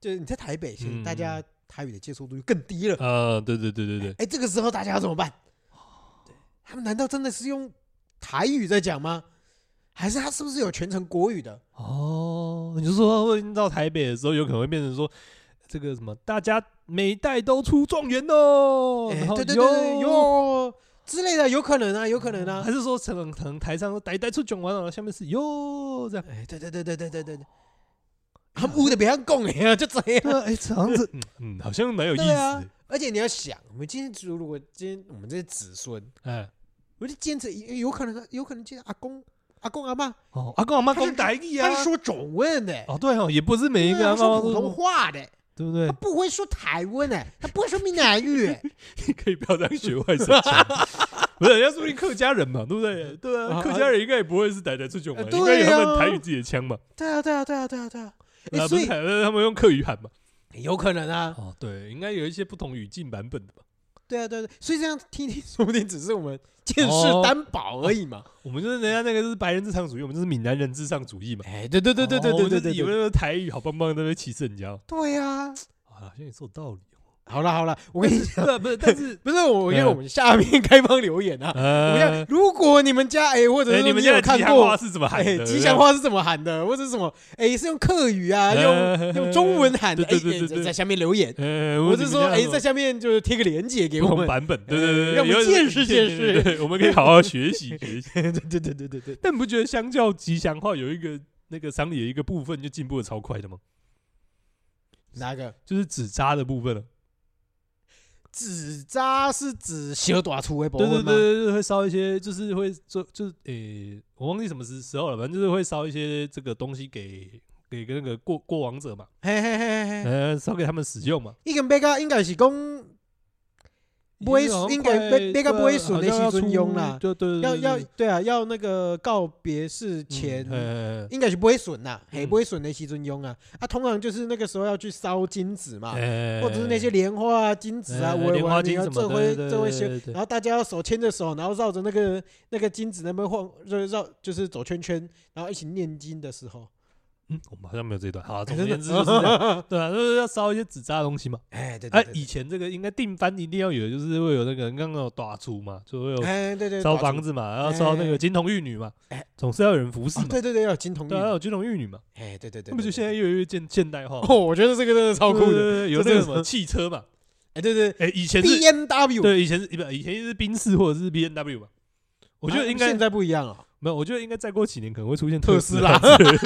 Speaker 1: 就是你在台北，其实
Speaker 2: 嗯
Speaker 1: 大家台语的接受度就更低了。
Speaker 2: 呃，对对对对对，
Speaker 1: 哎，这个时候大家要怎么办？他们难道真的是用台语在讲吗？还是他是不是有全程国语的？
Speaker 2: 哦，你就说会到台北的时候，有可能会变成说这个什么，大家每一代都出状元哦，
Speaker 1: 哎
Speaker 2: 然后，
Speaker 1: 对对对对，
Speaker 2: 哟。哦
Speaker 1: 有之类的，有可能啊，有可能啊
Speaker 2: 还。是说可能可能台上说代代出状元哦，然后下面是哟这样，
Speaker 1: 哎，对对对对对对对对，他们污的别样讲哎呀，就这样。
Speaker 2: 对啊，哎，这好像是 嗯嗯，好像蛮有意思
Speaker 1: 对啊
Speaker 2: 的，
Speaker 1: 而且你要想，我们今天如果今天我们这些子孙，
Speaker 2: 哎，
Speaker 1: 我就坚持，有可能有可能今天阿公、阿公、阿妈，
Speaker 2: 哦，阿公阿妈
Speaker 1: 他是
Speaker 2: 讲台语啊
Speaker 1: 他，是说中文的，
Speaker 2: 哦，对哦，也不是每一
Speaker 1: 对
Speaker 2: 个
Speaker 1: 啊
Speaker 2: 阿
Speaker 1: 他说
Speaker 2: 妈
Speaker 1: 普通
Speaker 2: 都
Speaker 1: 话的，
Speaker 2: 对 不对
Speaker 1: 他？不会说台湾的，他不会说闽南语。
Speaker 2: 你可以不要这样学外省 腔，不是人家说不定客家人嘛，对不对？对啊，
Speaker 1: 啊
Speaker 2: 客家人应该也不会是台台出囧嘛，
Speaker 1: 呃
Speaker 2: 应该有他
Speaker 1: 对
Speaker 2: 们
Speaker 1: 啊
Speaker 2: 台语自己的腔嘛，
Speaker 1: 对啊，对啊，对啊，对啊，对啊。哎，
Speaker 2: 啊，
Speaker 1: 所
Speaker 2: 不是
Speaker 1: 以
Speaker 2: 台，呃他们用客语喊嘛。
Speaker 1: 有可能啊，
Speaker 2: 哦，对，应该有一些不同语境版本的吧。
Speaker 1: 对啊，对啊，对所以这样听听，说不定只是我们见识
Speaker 2: 哦
Speaker 1: 单薄而已嘛。
Speaker 2: 我们就是人家那个就是白人至上主义，我们就是闽南人至上主义嘛。
Speaker 1: 哎，对对对对
Speaker 2: 哦
Speaker 1: 对
Speaker 2: 我们
Speaker 1: 对对
Speaker 2: 就
Speaker 1: 对
Speaker 2: 是以为
Speaker 1: 对，
Speaker 2: 那个台语好棒棒，在那边歧视人家。啊
Speaker 1: 对呀。
Speaker 2: 好像也是有道理。
Speaker 1: 好了好了，我跟你讲，
Speaker 2: 对啊， 不是，但是
Speaker 1: 不是我，因为
Speaker 2: 嗯
Speaker 1: 我们下面开放留言啊。我们要
Speaker 2: 呃，
Speaker 1: 如果你们家哎、或者
Speaker 2: 哎
Speaker 1: 是
Speaker 2: 你
Speaker 1: 说
Speaker 2: 们
Speaker 1: 有
Speaker 2: 家的
Speaker 1: 看
Speaker 2: 吉祥
Speaker 1: 过
Speaker 2: 话是怎么
Speaker 1: 哎、
Speaker 2: 喊的？
Speaker 1: 吉祥话是怎么喊的，或者是什么哎、是用客语啊，
Speaker 2: 呃
Speaker 1: 用用中文喊的，哎、
Speaker 2: 对对对
Speaker 1: 哎
Speaker 2: 对对
Speaker 1: 在下面留言，
Speaker 2: 呃，
Speaker 1: 或者是
Speaker 2: 你们
Speaker 1: 说
Speaker 2: 家
Speaker 1: 哎、
Speaker 2: 什么
Speaker 1: 在下面就是贴个链接给
Speaker 2: 不
Speaker 1: 我
Speaker 2: 同
Speaker 1: 们，
Speaker 2: 版 本，对对对，对
Speaker 1: 让我们
Speaker 2: 有
Speaker 1: 见 识见识
Speaker 2: 对对对我们可以好好学习学习。
Speaker 1: 对对对对对对，
Speaker 2: 但你不觉得相较吉祥话有一个那个丧礼的一个部分就进步的超快的吗？
Speaker 1: 哪个
Speaker 2: 就是纸扎的部分啊了，
Speaker 1: 纸扎是指小短粗微博
Speaker 2: 对对
Speaker 1: 文吗？
Speaker 2: 对对，会烧一些，就是会做，就是诶、我忘记什么时时候了，反正就是会烧一些这个东西给给那个过过往者嘛，
Speaker 1: 嘿嘿嘿嘿嘿，
Speaker 2: 呃，烧给他们使用嘛。
Speaker 1: 一根贝嘎应该是讲不会应该被被
Speaker 2: 那
Speaker 1: 个不会损
Speaker 2: 损
Speaker 1: 的时阵用啦
Speaker 2: 对对对，
Speaker 1: 要要
Speaker 2: 对
Speaker 1: 对啊，要那个告别式前。
Speaker 2: 嗯呃
Speaker 1: 应该是不会损呐，嘿，
Speaker 2: 嗯
Speaker 1: 不会损的西尊庸啊，啊，通常就是那个时候要去烧金纸嘛，
Speaker 2: 呃
Speaker 1: 啊或者是那些莲花啊、金纸啊，
Speaker 2: 呃
Speaker 1: 我
Speaker 2: 莲花金
Speaker 1: 要
Speaker 2: 什
Speaker 1: 这
Speaker 2: 么的
Speaker 1: 回
Speaker 2: 对对
Speaker 1: 这啊回
Speaker 2: 对
Speaker 1: 修
Speaker 2: 对，对
Speaker 1: 然后大家要手牵着手，然后绕着那个那个金纸那边晃，绕绕就是走圈圈，然后一起念经的时候，
Speaker 2: 嗯，我们好像没有这一段。好，总而
Speaker 1: 哎真的
Speaker 2: 言之就是这样。 对啊，就是要烧一些纸扎的东西嘛。
Speaker 1: 哎，对
Speaker 2: 哎、
Speaker 1: 对对
Speaker 2: 以前这个应该定番一定要有，就是会有那个刚刚有打出嘛，就会
Speaker 1: 对，
Speaker 2: 有
Speaker 1: 哎，对对，
Speaker 2: 烧
Speaker 1: 打
Speaker 2: 房
Speaker 1: 住，
Speaker 2: 子嘛，然后烧那个金童玉女嘛
Speaker 1: 哎，
Speaker 2: 总是要有人服侍
Speaker 1: 哦
Speaker 2: 嘛。
Speaker 1: 对对对，要有金童玉
Speaker 2: 对啊，要
Speaker 1: 女，
Speaker 2: 有金童玉女嘛，
Speaker 1: 哎，对对对，
Speaker 2: 那不就
Speaker 1: 对
Speaker 2: 现在
Speaker 1: 对
Speaker 2: 越来越现现代化嘛？
Speaker 1: 哦，我觉得这个真的超酷
Speaker 2: 对对
Speaker 1: 的，
Speaker 2: 对对有
Speaker 1: 这
Speaker 2: 那个
Speaker 1: 是
Speaker 2: 什么汽车嘛？
Speaker 1: 哎，对对
Speaker 2: 哎，以前
Speaker 1: ，B
Speaker 2: 是，
Speaker 1: N W，哦
Speaker 2: 对，以前是不，以前是宾士或者是 B N W 嘛。我觉得应该
Speaker 1: 哦现在不一样了，
Speaker 2: 没有，我觉得应该再过几年可能会出现
Speaker 1: 特
Speaker 2: 斯
Speaker 1: 斯拉
Speaker 2: 之 类的。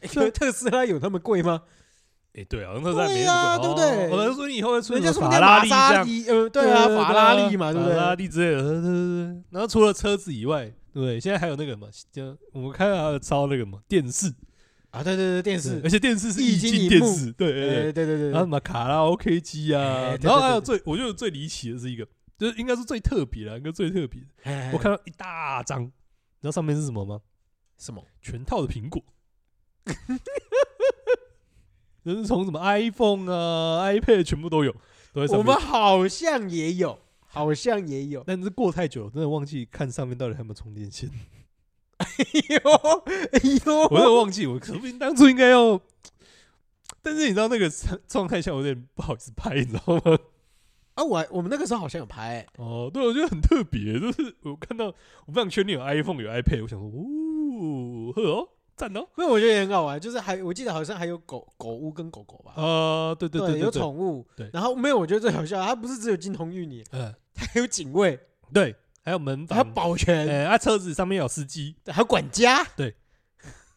Speaker 1: 哎特斯拉有那么贵吗？
Speaker 2: 哎，对啊，特斯拉没
Speaker 1: 对
Speaker 2: 那
Speaker 1: 啊对
Speaker 2: 么贵
Speaker 1: 不对
Speaker 2: 哦我在说你以后会出
Speaker 1: 人家
Speaker 2: 现
Speaker 1: 说
Speaker 2: 什
Speaker 1: 不
Speaker 2: 么
Speaker 1: 定玛
Speaker 2: 法拉利这
Speaker 1: 莎
Speaker 2: 样。
Speaker 1: 利，呃，对啊，法拉利嘛，对不
Speaker 2: 法拉
Speaker 1: 对？
Speaker 2: 利之类的，对对对对。然后除了车子以外，对不对？现在还有那个嘛，就我们看到还有烧那个嘛电视，
Speaker 1: 啊，对对对，电视
Speaker 2: 而，且电视是
Speaker 1: 液
Speaker 2: 液
Speaker 1: 晶
Speaker 2: 晶
Speaker 1: 荧
Speaker 2: 电
Speaker 1: 幕
Speaker 2: 视，对对
Speaker 1: 哎，对
Speaker 2: 对。
Speaker 1: 对对
Speaker 2: 然后
Speaker 1: 对
Speaker 2: 什，么卡拉 OK 机啊
Speaker 1: 哎，对
Speaker 2: 然后
Speaker 1: 对
Speaker 2: 还有
Speaker 1: 对
Speaker 2: 最，我觉得最离奇的是一个，就是应该是最特别了，应该最特别的。
Speaker 1: 哎
Speaker 2: 我看到一大张，你知道上面是什么吗？
Speaker 1: 什么？
Speaker 2: 全套的苹果。 就是从什么 iPhone 啊、iPad 全部都有，都在上
Speaker 1: 我
Speaker 2: 面。
Speaker 1: 们好像也有，好像也 有。
Speaker 2: 但是过太久了，真的忘记看上面到底还有没有充 电线。
Speaker 1: 哎呦，
Speaker 2: 我
Speaker 1: 哎
Speaker 2: 有
Speaker 1: 呦，
Speaker 2: 忘记，我可不当初应该要，但是你知道那个状状态下，我有点不好意思拍，你知道吗？
Speaker 1: 啊，我还我们那个时候好像有拍、欸，
Speaker 2: 哦，对，我觉得很特别，就是我看到我非常确定有 iPhone 有 iPad，我想说，哦，呵哦，赞哦，
Speaker 1: 那我觉得也很好玩，就是还我记得好像还有狗狗屋跟狗狗吧，
Speaker 2: 啊，对对对
Speaker 1: 有
Speaker 2: 对对，
Speaker 1: 宠物，
Speaker 2: 对
Speaker 1: 然后没有，我觉得最好笑，它不是只有金童玉女，
Speaker 2: 嗯，
Speaker 1: 它还有警卫，
Speaker 2: 对，还有门
Speaker 1: 还有
Speaker 2: 房，
Speaker 1: 保全，
Speaker 2: 哎，啊，车子上面有司机，
Speaker 1: 还有管家，
Speaker 2: 对，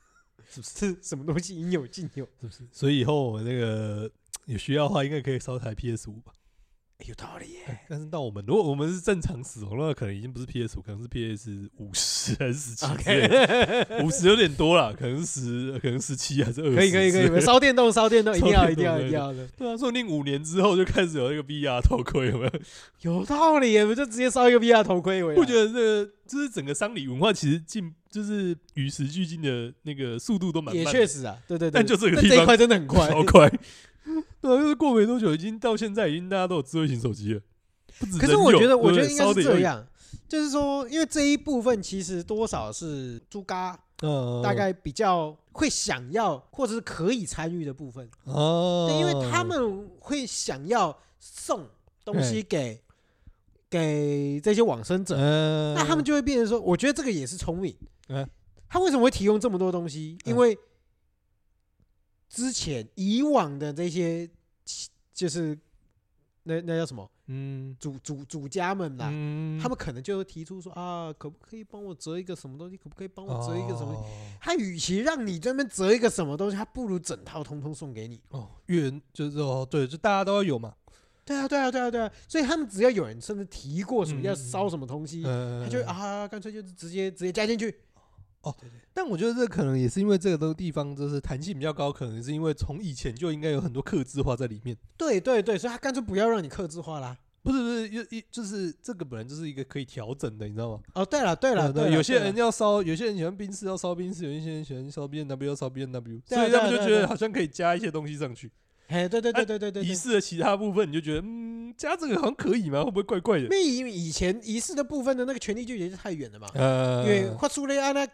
Speaker 1: 是不是什么东西应有尽有？
Speaker 2: 是不是？所以以后我们那个有需要的话，应该可以烧台 PS 五吧。
Speaker 1: 哎有道理耶，
Speaker 2: 但是到我们，如果我们是正常死亡，那可能已经不是 PS 五，可能是 PS 五十还是十七
Speaker 1: OK，
Speaker 2: 五十有点多了，可能十，可能十七还是二十。
Speaker 1: 可以可以可以，我们烧电动烧电动，一定
Speaker 2: 烧
Speaker 1: 要一
Speaker 2: 电
Speaker 1: 定要
Speaker 2: 动
Speaker 1: 一定要的，
Speaker 2: 对啊，说不定五年之后就开始有那个 VR 头盔，有没有？
Speaker 1: 有道理耶，我就直接烧一个 VR 头盔回来，
Speaker 2: 不觉得这个就是整个丧礼文化其实进就是与时俱进的那个速度都蛮
Speaker 1: 也
Speaker 2: 慢的，
Speaker 1: 确实啊，对对对，
Speaker 2: 但就这个
Speaker 1: 但
Speaker 2: 地
Speaker 1: 这一
Speaker 2: 方
Speaker 1: 块真的很快，
Speaker 2: 超快。 对啊，就是过没多久，已经到现在已经大家都有智慧型手机了。不止
Speaker 1: 可是
Speaker 2: 人
Speaker 1: 我
Speaker 2: 有
Speaker 1: 觉得，
Speaker 2: 对
Speaker 1: 我
Speaker 2: 不
Speaker 1: 觉
Speaker 2: 对
Speaker 1: 得应该
Speaker 2: 烧
Speaker 1: 是
Speaker 2: 得
Speaker 1: 这
Speaker 2: 有
Speaker 1: 样，就是说，因为这一部分其实多少是朱嘎
Speaker 2: 嗯，
Speaker 1: 大概比较会想要或者是可以参与的部分，
Speaker 2: 哦，
Speaker 1: 对，因为他们会想要送东西给给这呃些往生者，
Speaker 2: 嗯，
Speaker 1: 那他们就会变成说，我觉得这个也是聪明
Speaker 2: 嗯。
Speaker 1: 他为什么会提供这么多东西？因
Speaker 2: 嗯
Speaker 1: 为之前以往的这些就是那那叫什么
Speaker 2: 嗯
Speaker 1: 主主主家们啦，
Speaker 2: 嗯
Speaker 1: 他们可能就会提出说啊，可不可以帮我折一个什么东西？可不可以
Speaker 2: 嗯
Speaker 1: 帮我折一个什么？西？
Speaker 2: 哦
Speaker 1: 他与其让你这边折一个什么东西，他不如整套通通送给你。
Speaker 2: 哦，越就是哦，对，就大家都要有嘛，
Speaker 1: 对啊，对啊，对啊，对啊。所以他们只要有人甚至提过什么
Speaker 2: 嗯
Speaker 1: 要烧什么东西，
Speaker 2: 嗯，
Speaker 1: 他就啊，干脆就直接直接加进去。
Speaker 2: 但我觉得这可能也是因为这个都地方就是弹性比较高，可能是因为从以前就应该有很多克制化在里面。
Speaker 1: 对对对，所以他干脆不要让你克制化啦。
Speaker 2: 不是不是，又一就是这个本来就是一个可以调整的，你知道吗？
Speaker 1: 哦，对了对了，
Speaker 2: 对
Speaker 1: 对
Speaker 2: 啊
Speaker 1: 啦
Speaker 2: 有些
Speaker 1: 对
Speaker 2: 人
Speaker 1: 啦
Speaker 2: 要烧，有些人喜欢宾士要烧宾士，有些人喜欢烧 B N W 要烧 B N W，
Speaker 1: 对啊
Speaker 2: 所以他们
Speaker 1: 对啊
Speaker 2: 就觉
Speaker 1: 对啊
Speaker 2: 得好像可以加一些东西上去。
Speaker 1: 哎，对对对对对对
Speaker 2: 仪
Speaker 1: 对。
Speaker 2: 式的其他部分你就觉得，嗯，加这个好像可以吗？会不会怪怪的
Speaker 1: 因？为以以前仪式的部分的那个权力就有点太远了嘛，因
Speaker 2: 呃，
Speaker 1: 为发出了安那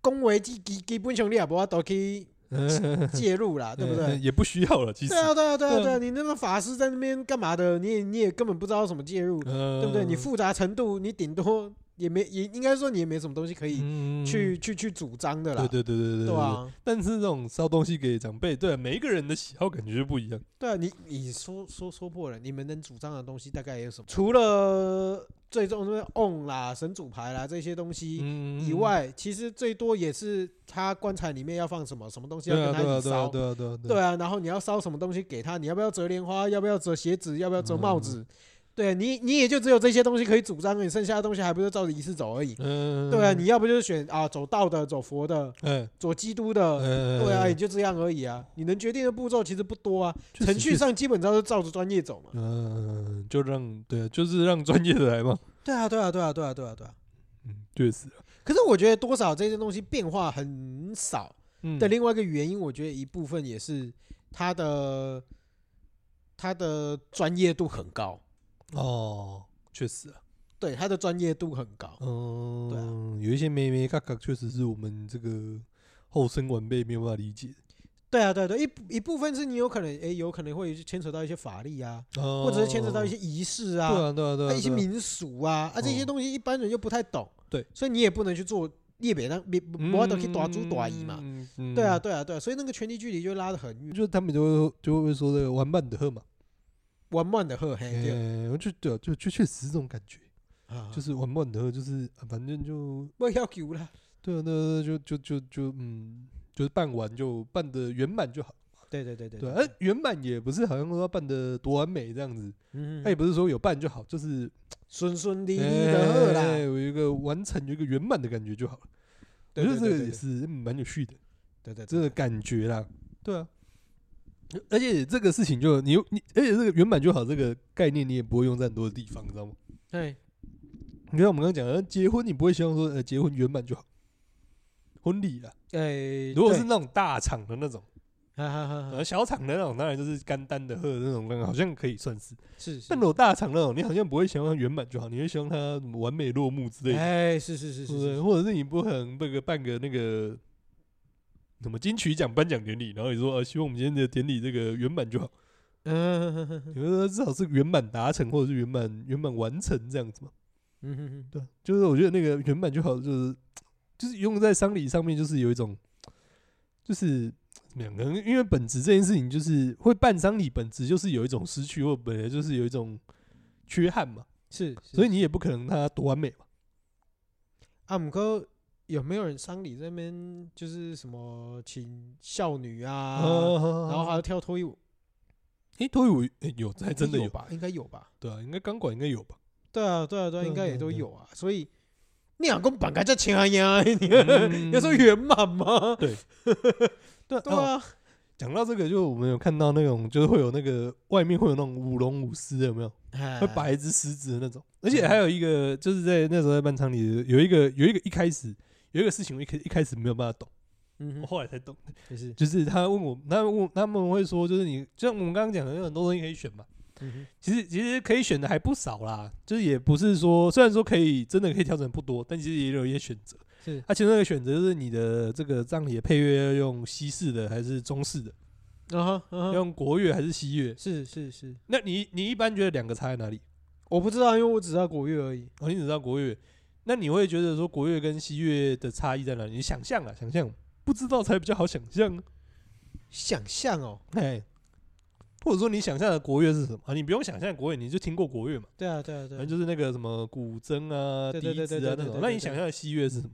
Speaker 1: 恭维基基基本上你也无法度去
Speaker 2: 嗯
Speaker 1: 介入啦，对不对？
Speaker 2: 也不需要了，其实
Speaker 1: 对，啊，对啊，对啊，
Speaker 2: 对啊
Speaker 1: 对啊！你那个法师在那边干嘛的？你也你也根本不知道什么介入，
Speaker 2: 对
Speaker 1: 对不对？你复杂程度，你顶多也没也应该说你也没什么东西可以去、，去去主张的
Speaker 2: 嗯
Speaker 1: 啦，
Speaker 2: 对对对对对
Speaker 1: 对啊，
Speaker 2: 但是这种烧东西给长辈，对、每一个人的喜好感觉就不一样。
Speaker 1: 对啊，你你说说说破了，你们能主张的东西大概有什么？除了最终什么 on 啦、神主牌啦这些东西
Speaker 2: 嗯
Speaker 1: 以，外，其实最多也是他棺材里面要放什么，什么东西
Speaker 2: 对
Speaker 1: 要跟
Speaker 2: 啊
Speaker 1: 他一
Speaker 2: 对啊
Speaker 1: 起
Speaker 2: 对啊
Speaker 1: 烧，
Speaker 2: 对啊对啊
Speaker 1: 对啊，然后你要烧什么东西给他？你要不要折莲花？要不要折鞋子？要不要折帽子？对、啊、你，你也就只有这些东西可以主张，你剩下的东西还不是照着仪式走而已。
Speaker 2: 嗯，
Speaker 1: 对啊，你要不就是选啊走道的、走佛的、
Speaker 2: 嗯
Speaker 1: 走基督的，
Speaker 2: 嗯，
Speaker 1: 对啊，也就这样而已啊。你能决定的步骤其实不多啊，
Speaker 2: 确实
Speaker 1: 程序，上基本上都照着专业走嘛。
Speaker 2: 嗯，就让对、啊，就是让专业的来嘛。
Speaker 1: 对啊，对啊，对啊，对啊，对啊，对啊。
Speaker 2: 嗯， 确实，
Speaker 1: 可是我觉得多少这些东西变化很少
Speaker 2: 嗯，
Speaker 1: 的另外一个原因，我觉得一部分也是他的他的专业度很高，
Speaker 2: 哦，确实啊，
Speaker 1: 对他的专业度很高。
Speaker 2: 嗯，有一些妹妹嘎嘎，确实是我们这个后生晚辈没有办法理解，
Speaker 1: 对啊，对啊对，一一部分是你有可能，诶，有可能会牵扯到一些法律啊，
Speaker 2: 哦、
Speaker 1: 或者是牵扯到一些仪式啊，
Speaker 2: 对啊对啊对啊，
Speaker 1: 一些民俗啊，啊这些
Speaker 2: 哦
Speaker 1: 东西一般人又不太懂，
Speaker 2: 对，
Speaker 1: 所以你也不能去做，你也别让别不要都去大猪大姨嘛，
Speaker 2: 嗯，
Speaker 1: 对啊，，对啊，对啊，所以那个权力距离就拉得很远，
Speaker 2: 就他们就会就会说这个玩伴的喝嘛，
Speaker 1: 玩玩的喝，嘿，对
Speaker 2: 哎，我就对啊，嗯就就确实是这种感觉，
Speaker 1: 啊，
Speaker 2: 就是玩伴的喝，就是啊反正就
Speaker 1: 不要求啦，
Speaker 2: 对啊，那就就就就嗯，就是办完就办的圆满就好，
Speaker 1: 对对对对
Speaker 2: 对啊，哎，圆满也不是好像说要办的多完美这样子，
Speaker 1: 嗯，
Speaker 2: 他也不是说有办就好，就是
Speaker 1: 顺顺利利的喝啦，
Speaker 2: 哎哎有一个完成，有一个圆满的感觉就好了。我
Speaker 1: 对
Speaker 2: 觉得
Speaker 1: 对
Speaker 2: 这
Speaker 1: 对
Speaker 2: 个
Speaker 1: 对
Speaker 2: 也是嗯蛮有趣的，
Speaker 1: 对对，
Speaker 2: 这
Speaker 1: 对
Speaker 2: 个感觉啦，对啊。而且这个事情就你你，而且这个圆满就好这个概念你也不会用在很多的地方，你知道吗？
Speaker 1: 对，
Speaker 2: 你看我们刚刚讲的，结婚你不会希望说呃结婚圆满就好，婚礼啦，
Speaker 1: 诶，
Speaker 2: 如果是
Speaker 1: 哎对，
Speaker 2: 那种大场的那种，
Speaker 1: 哈哈哈哈
Speaker 2: 呃，小场的那种当然就是干单的喝的那种，好像可以算是。
Speaker 1: 是，是
Speaker 2: 但如果大场那种，你好像不会希望它圆满就好，你会希望它完美落幕之类的。
Speaker 1: 哎，是是是
Speaker 2: 对
Speaker 1: 是
Speaker 2: 不对？
Speaker 1: 是，
Speaker 2: 或者是你不可能办个办个那个什么金曲奖颁奖典礼，然后你说呃，希望我们今天的典礼这个圆满就好，
Speaker 1: 嗯
Speaker 2: 有的至少是圆满达成或者是圆满圆满完成这样子嘛。
Speaker 1: 嗯
Speaker 2: 对，啊就是我觉得那个圆满就好，就是就是用在丧礼上面，就是有一种，就是怎么样？可能因为本质这件事情，就是会办丧礼，本质就是有一种失去，或本来就是有一种缺憾嘛，
Speaker 1: 是，是
Speaker 2: 所以你也不可能它多完美嘛。
Speaker 1: 啊，姆哥有没有人丧礼在那边就是什么请孝女啊，
Speaker 2: 哦
Speaker 1: 然后还要跳脱衣舞，
Speaker 2: 诶，脱衣舞诶有，还真的
Speaker 1: 有
Speaker 2: 有，
Speaker 1: 吧？应该有吧？
Speaker 2: 对啊，应该钢管应该有吧？
Speaker 1: 对啊，对啊，对啊，
Speaker 2: 对
Speaker 1: 应该也
Speaker 2: 对
Speaker 1: 都
Speaker 2: 对
Speaker 1: 有啊。所以你老公本来就请啊呀， 你
Speaker 2: 嗯
Speaker 1: 要说 圆满吗？
Speaker 2: 对对
Speaker 1: 对
Speaker 2: 哦
Speaker 1: 啊，
Speaker 2: 讲到这个，就我们有看到那种，就是会有那个外面会有那种舞龙舞狮的，有没有？
Speaker 1: 哎
Speaker 2: 会摆一只狮子的那种。而且还有一个，就是在那时候在办厂里，有一个有一个一开始有一个事情，我一开一开始没有办法懂，
Speaker 1: 嗯哼，
Speaker 2: 我后来才懂，
Speaker 1: 就是，
Speaker 2: 就是他问我，他问他们会说，就是你就像我们刚刚讲的，有很多东西可以选嘛。
Speaker 1: 嗯
Speaker 2: 其实其实可以选的还不少啦，就是也不是说虽然说可以真的可以调整不多，但其实也有一些选择。啊
Speaker 1: 哼，是，
Speaker 2: 它、其中一个选择就是你的这个葬礼的配乐要用西式的还是中式的，
Speaker 1: 啊哈，啊
Speaker 2: 要
Speaker 1: 哈，
Speaker 2: 用国乐还是西乐？
Speaker 1: 是是是，
Speaker 2: 那你你一般觉得两个差在哪里？
Speaker 1: 我不知道，因为我只知道国乐而已。
Speaker 2: 哦，你只知道国乐，那你会觉得说国乐跟西乐的差异在哪里？你想象啊，想象，不知道才比较好想象。啊
Speaker 1: 想象哦，
Speaker 2: 哎，或者说你想象的国乐是什么？啊、你不用想象国乐，你就听过国乐嘛，
Speaker 1: 对啊，对啊，对
Speaker 2: 反
Speaker 1: 啊
Speaker 2: 正，就是那个什么古筝啊、
Speaker 1: 对
Speaker 2: 笛
Speaker 1: 对对
Speaker 2: 子
Speaker 1: 对对
Speaker 2: 啊
Speaker 1: 对对
Speaker 2: 那种。
Speaker 1: 对
Speaker 2: 那
Speaker 1: 对
Speaker 2: 你想象的西乐是什么？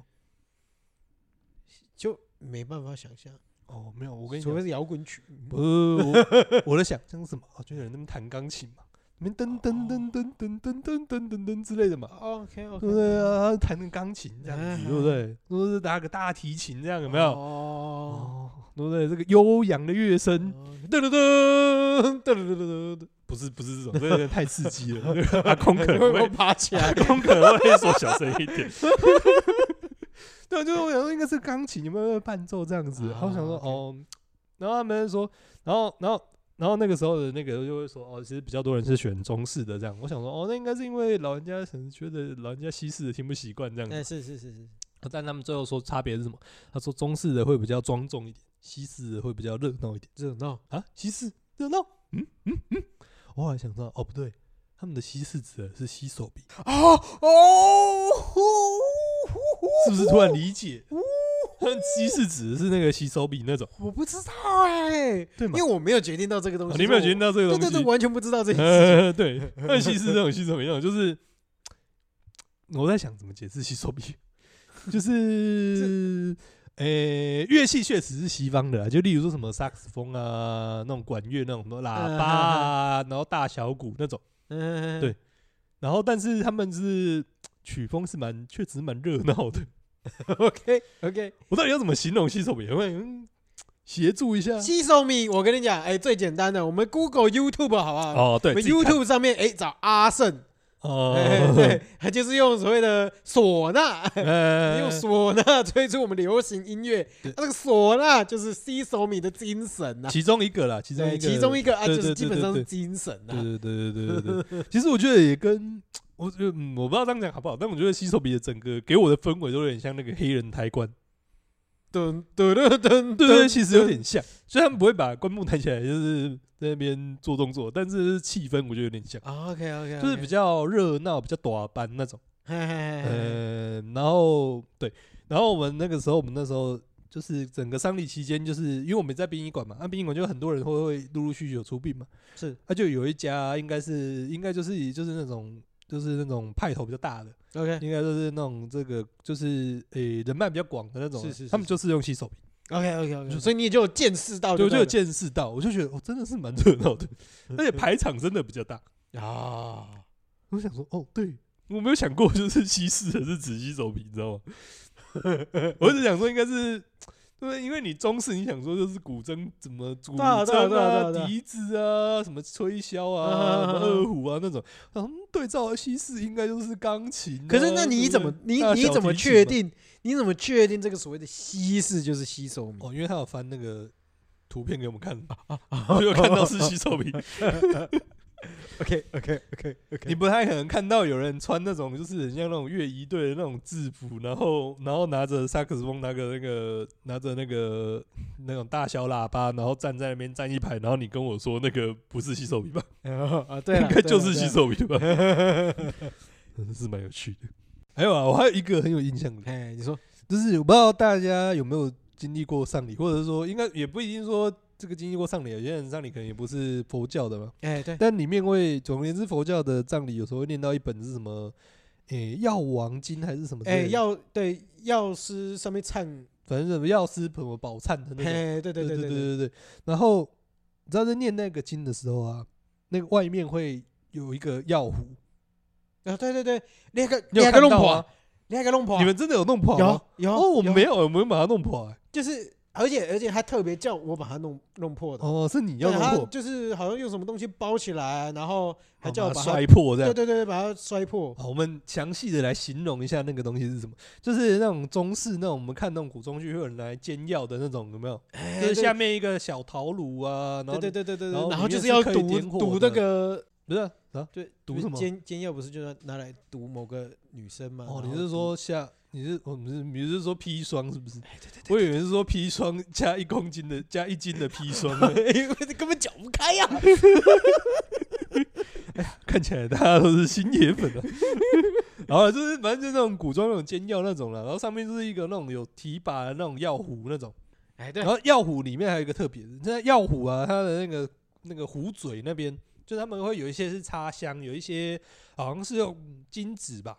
Speaker 1: 就没办法想象，
Speaker 2: 哦，没有，我跟你
Speaker 1: 除
Speaker 2: 讲
Speaker 1: 非，是摇滚曲。
Speaker 2: 不，我 我的想象是什么？哦，就有人在那边弹钢琴嘛，那边噔噔噔噔噔噔噔噔噔噔之类的嘛。
Speaker 1: OK
Speaker 2: 对不对
Speaker 1: OK，
Speaker 2: 啊？他弹个钢琴这样
Speaker 1: 哎
Speaker 2: 子，对不对？说是打个大提琴这样，有
Speaker 1: 有
Speaker 2: 没有？
Speaker 1: 哦，
Speaker 2: 哦，对不对？这个悠扬的乐声，
Speaker 1: 噔噔噔噔噔噔噔
Speaker 2: 不是不是 这种，这个太刺激了。 阿空可能
Speaker 1: 噔，会
Speaker 2: 会，
Speaker 1: 爬起
Speaker 2: 阿
Speaker 1: 来。
Speaker 2: 空可能会说小声一点。 对，啊就是我想说应该是钢琴有没有伴奏这样子，然后想说
Speaker 1: 啊，OK
Speaker 2: 哦，然后他们说，然后然后。然后那个时候的那个就会说哦，其实比较多人是选中式的这样。我想说哦，那应该是因为老人家可能觉得老人家西式的听不习惯这样子。
Speaker 1: 哎，是是是是，
Speaker 2: 啊但他们最后说差别是什么？他说中式的会比较庄重一点，西式的会比较热闹一点
Speaker 1: 热闹
Speaker 2: 啊。西式热闹，嗯嗯嗯。我后来想到，哦不对，他们的西式指的是西手臂，
Speaker 1: 哦哦，
Speaker 2: 是不是突然理解？ 他们西式指的是那个西手臂那种，
Speaker 1: 我不知道哎，
Speaker 2: 对
Speaker 1: 因
Speaker 2: 吗
Speaker 1: 为？我没有决定到这个东
Speaker 2: 啊
Speaker 1: 西，
Speaker 2: 你没有决定到这个
Speaker 1: 对
Speaker 2: 东
Speaker 1: 对对，
Speaker 2: 西，
Speaker 1: 完全不知道这件事情。
Speaker 2: 呃，对，他们西式那种西手臂那种，就是我在想怎么解释西手臂，就是。呃、乐器确实是西方的啦，就例如说什么萨克斯风啊，那种管乐那种什么喇叭啊， 然后大小鼓那种，
Speaker 1: 嗯，
Speaker 2: 对然后但是他们是曲风是蛮确实蛮热闹的。
Speaker 1: ，OK OK。
Speaker 2: 我到底要怎么形容西手臂？有没有嗯协助一下？
Speaker 1: 西手米，我跟你讲，哎，最简单的，我们 Google YouTube 好不好？
Speaker 2: 哦，对
Speaker 1: 我们
Speaker 2: 自己看
Speaker 1: YouTube 上面哎找阿胜，哎
Speaker 2: 哦
Speaker 1: 对，，他就是用所谓的唢呐，
Speaker 2: 呃
Speaker 1: 用唢呐推出我们流行音乐。
Speaker 2: 对
Speaker 1: 那这个唢呐就是西手米的精神呐，
Speaker 2: 其中一个啦，其中一
Speaker 1: 对，
Speaker 2: 个，
Speaker 1: 其中一个啊，
Speaker 2: 对
Speaker 1: 就
Speaker 2: 对
Speaker 1: 是
Speaker 2: 对
Speaker 1: 基本上
Speaker 2: 对
Speaker 1: 是
Speaker 2: 对
Speaker 1: 精神呐。
Speaker 2: 对对 对对对对对。 其实我觉得也跟我觉得嗯，我不知道这样讲好不好，但我觉得西手比的整个给我的氛围都有点像那个黑人抬棺，
Speaker 1: 噔噔噔噔，
Speaker 2: 对对对，其实有点像。虽然他们不会把棺木抬起来，就是在那边做动作，但是气氛我觉得有点像，
Speaker 1: 啊。OK OK，
Speaker 2: 就是比较热闹、比较短班那种。
Speaker 1: 较
Speaker 2: 呃，然后对，然后我们那个时候，我们那时候。就是整个丧礼期间，就是因为我们在殡仪馆嘛，那啊殡仪馆就很多人会会陆陆续续有出殡嘛，
Speaker 1: 是
Speaker 2: 他、就有一家应该是应该就是就是那种就是那种派头比较大的，
Speaker 1: OK
Speaker 2: 应该就是那种这个就是诶、人脉比较广的那种人，
Speaker 1: 是是是
Speaker 2: 他们就是用洗手笔，
Speaker 1: OK OK OK，
Speaker 2: 就
Speaker 1: 所以你也就有见识到对
Speaker 2: 对，
Speaker 1: 了，
Speaker 2: 我就有见识到，我就觉得哦，真的是蛮热闹 的，而且排场真的比较大。
Speaker 1: 嗯啊，
Speaker 2: 我想说，哦，对我没有想过，就是西式的是只洗手笔，你知道吗？ 我只想说应该是。对不对，因为你中式，你想说就是古筝怎么古
Speaker 1: 对啊对啊
Speaker 2: 筝
Speaker 1: 对啊对啊对啊
Speaker 2: 笛子啊，什么吹箫
Speaker 1: 啊
Speaker 2: 啊，什
Speaker 1: 啊
Speaker 2: 么
Speaker 1: 啊
Speaker 2: 二胡啊那种，嗯，对照西式应该就是钢琴啊。
Speaker 1: 可是那你
Speaker 2: 对不
Speaker 1: 怎么
Speaker 2: 对
Speaker 1: 你
Speaker 2: 大
Speaker 1: 你
Speaker 2: 小
Speaker 1: 怎么
Speaker 2: 提琴
Speaker 1: 确
Speaker 2: 嘛
Speaker 1: 定？你怎么确定这个所谓的西式就是西手米？
Speaker 2: 哦，因为他有 翻那个图片给我们看，我就看到是洗手瓶。
Speaker 1: OK OK OK OK，
Speaker 2: 你不太可能看到有人穿那种就是很像那种乐仪队的那种制服，然后然后拿着萨克斯风，拿个那个拿着那个那种大小喇叭，然后站在那边站一排，然后你跟我说那个不是洗手笔吧？
Speaker 1: 啊，对
Speaker 2: 应
Speaker 1: 了，
Speaker 2: 该就是洗
Speaker 1: 洗手。
Speaker 2: 手 笔吧？真的是蛮有趣的。还有啊，我还有一个很有印象的，
Speaker 1: 哎，你说，
Speaker 2: 就是我不知道大家有没有经历过丧礼，或者说应该也不一定说这个经历过丧礼，有些人丧礼可能也不是佛教的嘛，
Speaker 1: 哎，对，
Speaker 2: 但里面会，总而言之，佛教的葬礼有时候会念到一本是什么，诶、药王经还是什么之类
Speaker 1: 哎，
Speaker 2: 的？
Speaker 1: 药对药师上面唱，
Speaker 2: 反正什么药师什么宝忏的那种。
Speaker 1: 哎，对对
Speaker 2: 对
Speaker 1: 对
Speaker 2: 对对对。然后你知道在念那个经的时候啊，那个外面会有一个药壶，
Speaker 1: 啊，对对对，两个
Speaker 2: 你有
Speaker 1: 两个
Speaker 2: 看
Speaker 1: 弄
Speaker 2: 到
Speaker 1: 破
Speaker 2: 吗，？
Speaker 1: 两个弄破，
Speaker 2: 你们真的有弄破吗？
Speaker 1: 有有
Speaker 2: 哦，我
Speaker 1: 有
Speaker 2: 没有，我没有把它弄破、欸。
Speaker 1: 就是，而且而且他特别叫我把它弄弄破的，
Speaker 2: 哦，是你
Speaker 1: 对
Speaker 2: 要弄
Speaker 1: 他
Speaker 2: 破，
Speaker 1: 就是好像用什么东西包起来，然后还叫
Speaker 2: 哦
Speaker 1: 我
Speaker 2: 把
Speaker 1: 把
Speaker 2: 它
Speaker 1: 它，
Speaker 2: 摔破这样哦
Speaker 1: 对。对对，把它摔破。
Speaker 2: 好，我们详细的来形容一下那个东西是什么，就是那种中式那种我们看那种古装剧会有人来煎药的那种，有没有？
Speaker 1: 哎
Speaker 2: 就是
Speaker 1: 对
Speaker 2: 下面一个小陶炉啊，然后
Speaker 1: 对对对对对
Speaker 2: 然后
Speaker 1: 对，然
Speaker 2: 里
Speaker 1: 后
Speaker 2: 面
Speaker 1: 就是
Speaker 2: 是
Speaker 1: 要
Speaker 2: 可以
Speaker 1: 毒
Speaker 2: 点火
Speaker 1: 毒
Speaker 2: 的
Speaker 1: 那个，
Speaker 2: 不是啊啊
Speaker 1: 对，
Speaker 2: 毒什么
Speaker 1: 煎煎药不是就是拿来毒某个女生吗？
Speaker 2: 哦，
Speaker 1: 然
Speaker 2: 你
Speaker 1: 后
Speaker 2: 是
Speaker 1: 毒
Speaker 2: 说下你是我们是你是说砒霜是不是？
Speaker 1: 哎对对
Speaker 2: 我以为是说砒霜加一公斤的加一斤的砒霜 啊，
Speaker 1: 对，因为这哎根本搅不开 呀。
Speaker 2: 看起来大家都是新野粉啊。 然后就是反正就是那种古装那种煎药那种啦，然后上面就是一个那种有提把的那种药壶那种，
Speaker 1: 哎，对
Speaker 2: 然，后药壶里面还有一个特别的，那药壶啊，它的那个那个壶嘴那边，就他们会有一些是插香，有一些好像是用金纸吧，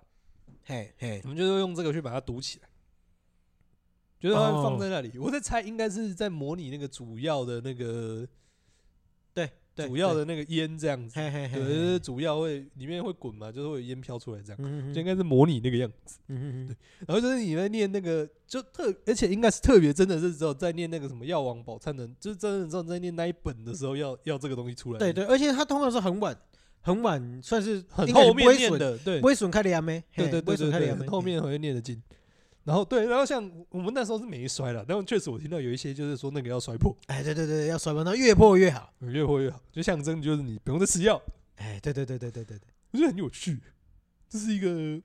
Speaker 1: 嘿嘿
Speaker 2: 我，们就是用这个去把它堵起来，就是它会放在那
Speaker 1: 哦
Speaker 2: 里。我在猜，应该是在模拟那个主要的那个
Speaker 1: 对对，
Speaker 2: 主要
Speaker 1: 对，
Speaker 2: 的那个烟这样子，
Speaker 1: 嘿嘿嘿
Speaker 2: 对，就
Speaker 1: 嘿，
Speaker 2: 是主要会里面会滚嘛，就是会有烟飘出来这样，
Speaker 1: 嗯
Speaker 2: 就应该是模拟那个样子。
Speaker 1: 嗯嗯
Speaker 2: 然后就是你在念那个，就特，而且应该是特别真的是只有在念那个什么《药王宝忏》的，就是真的只有在念那一本的时候要要这个东西出来。
Speaker 1: 对，对，而且它通常是很晚很晚，算是
Speaker 2: 很
Speaker 1: 应该
Speaker 2: 后
Speaker 1: 是不
Speaker 2: 面
Speaker 1: 会
Speaker 2: 念
Speaker 1: 损
Speaker 2: 的，对
Speaker 1: 不，会损开的呀没？
Speaker 2: 对
Speaker 1: 嘿
Speaker 2: 对
Speaker 1: 不会
Speaker 2: 对
Speaker 1: 损
Speaker 2: 对
Speaker 1: 开的
Speaker 2: 对，
Speaker 1: 呀
Speaker 2: 很
Speaker 1: 没？
Speaker 2: 后
Speaker 1: 嘿
Speaker 2: 面还会念得进。然后对，然后像我们那时候是没摔了，但确实我听到有一些就是说那个要摔破，
Speaker 1: 哎，对对对，要摔门，那越破越好。
Speaker 2: 越破越好，就象征就是你不用再吃药，
Speaker 1: 哎，对对对对对对对，
Speaker 2: 我觉得很有趣，这是一个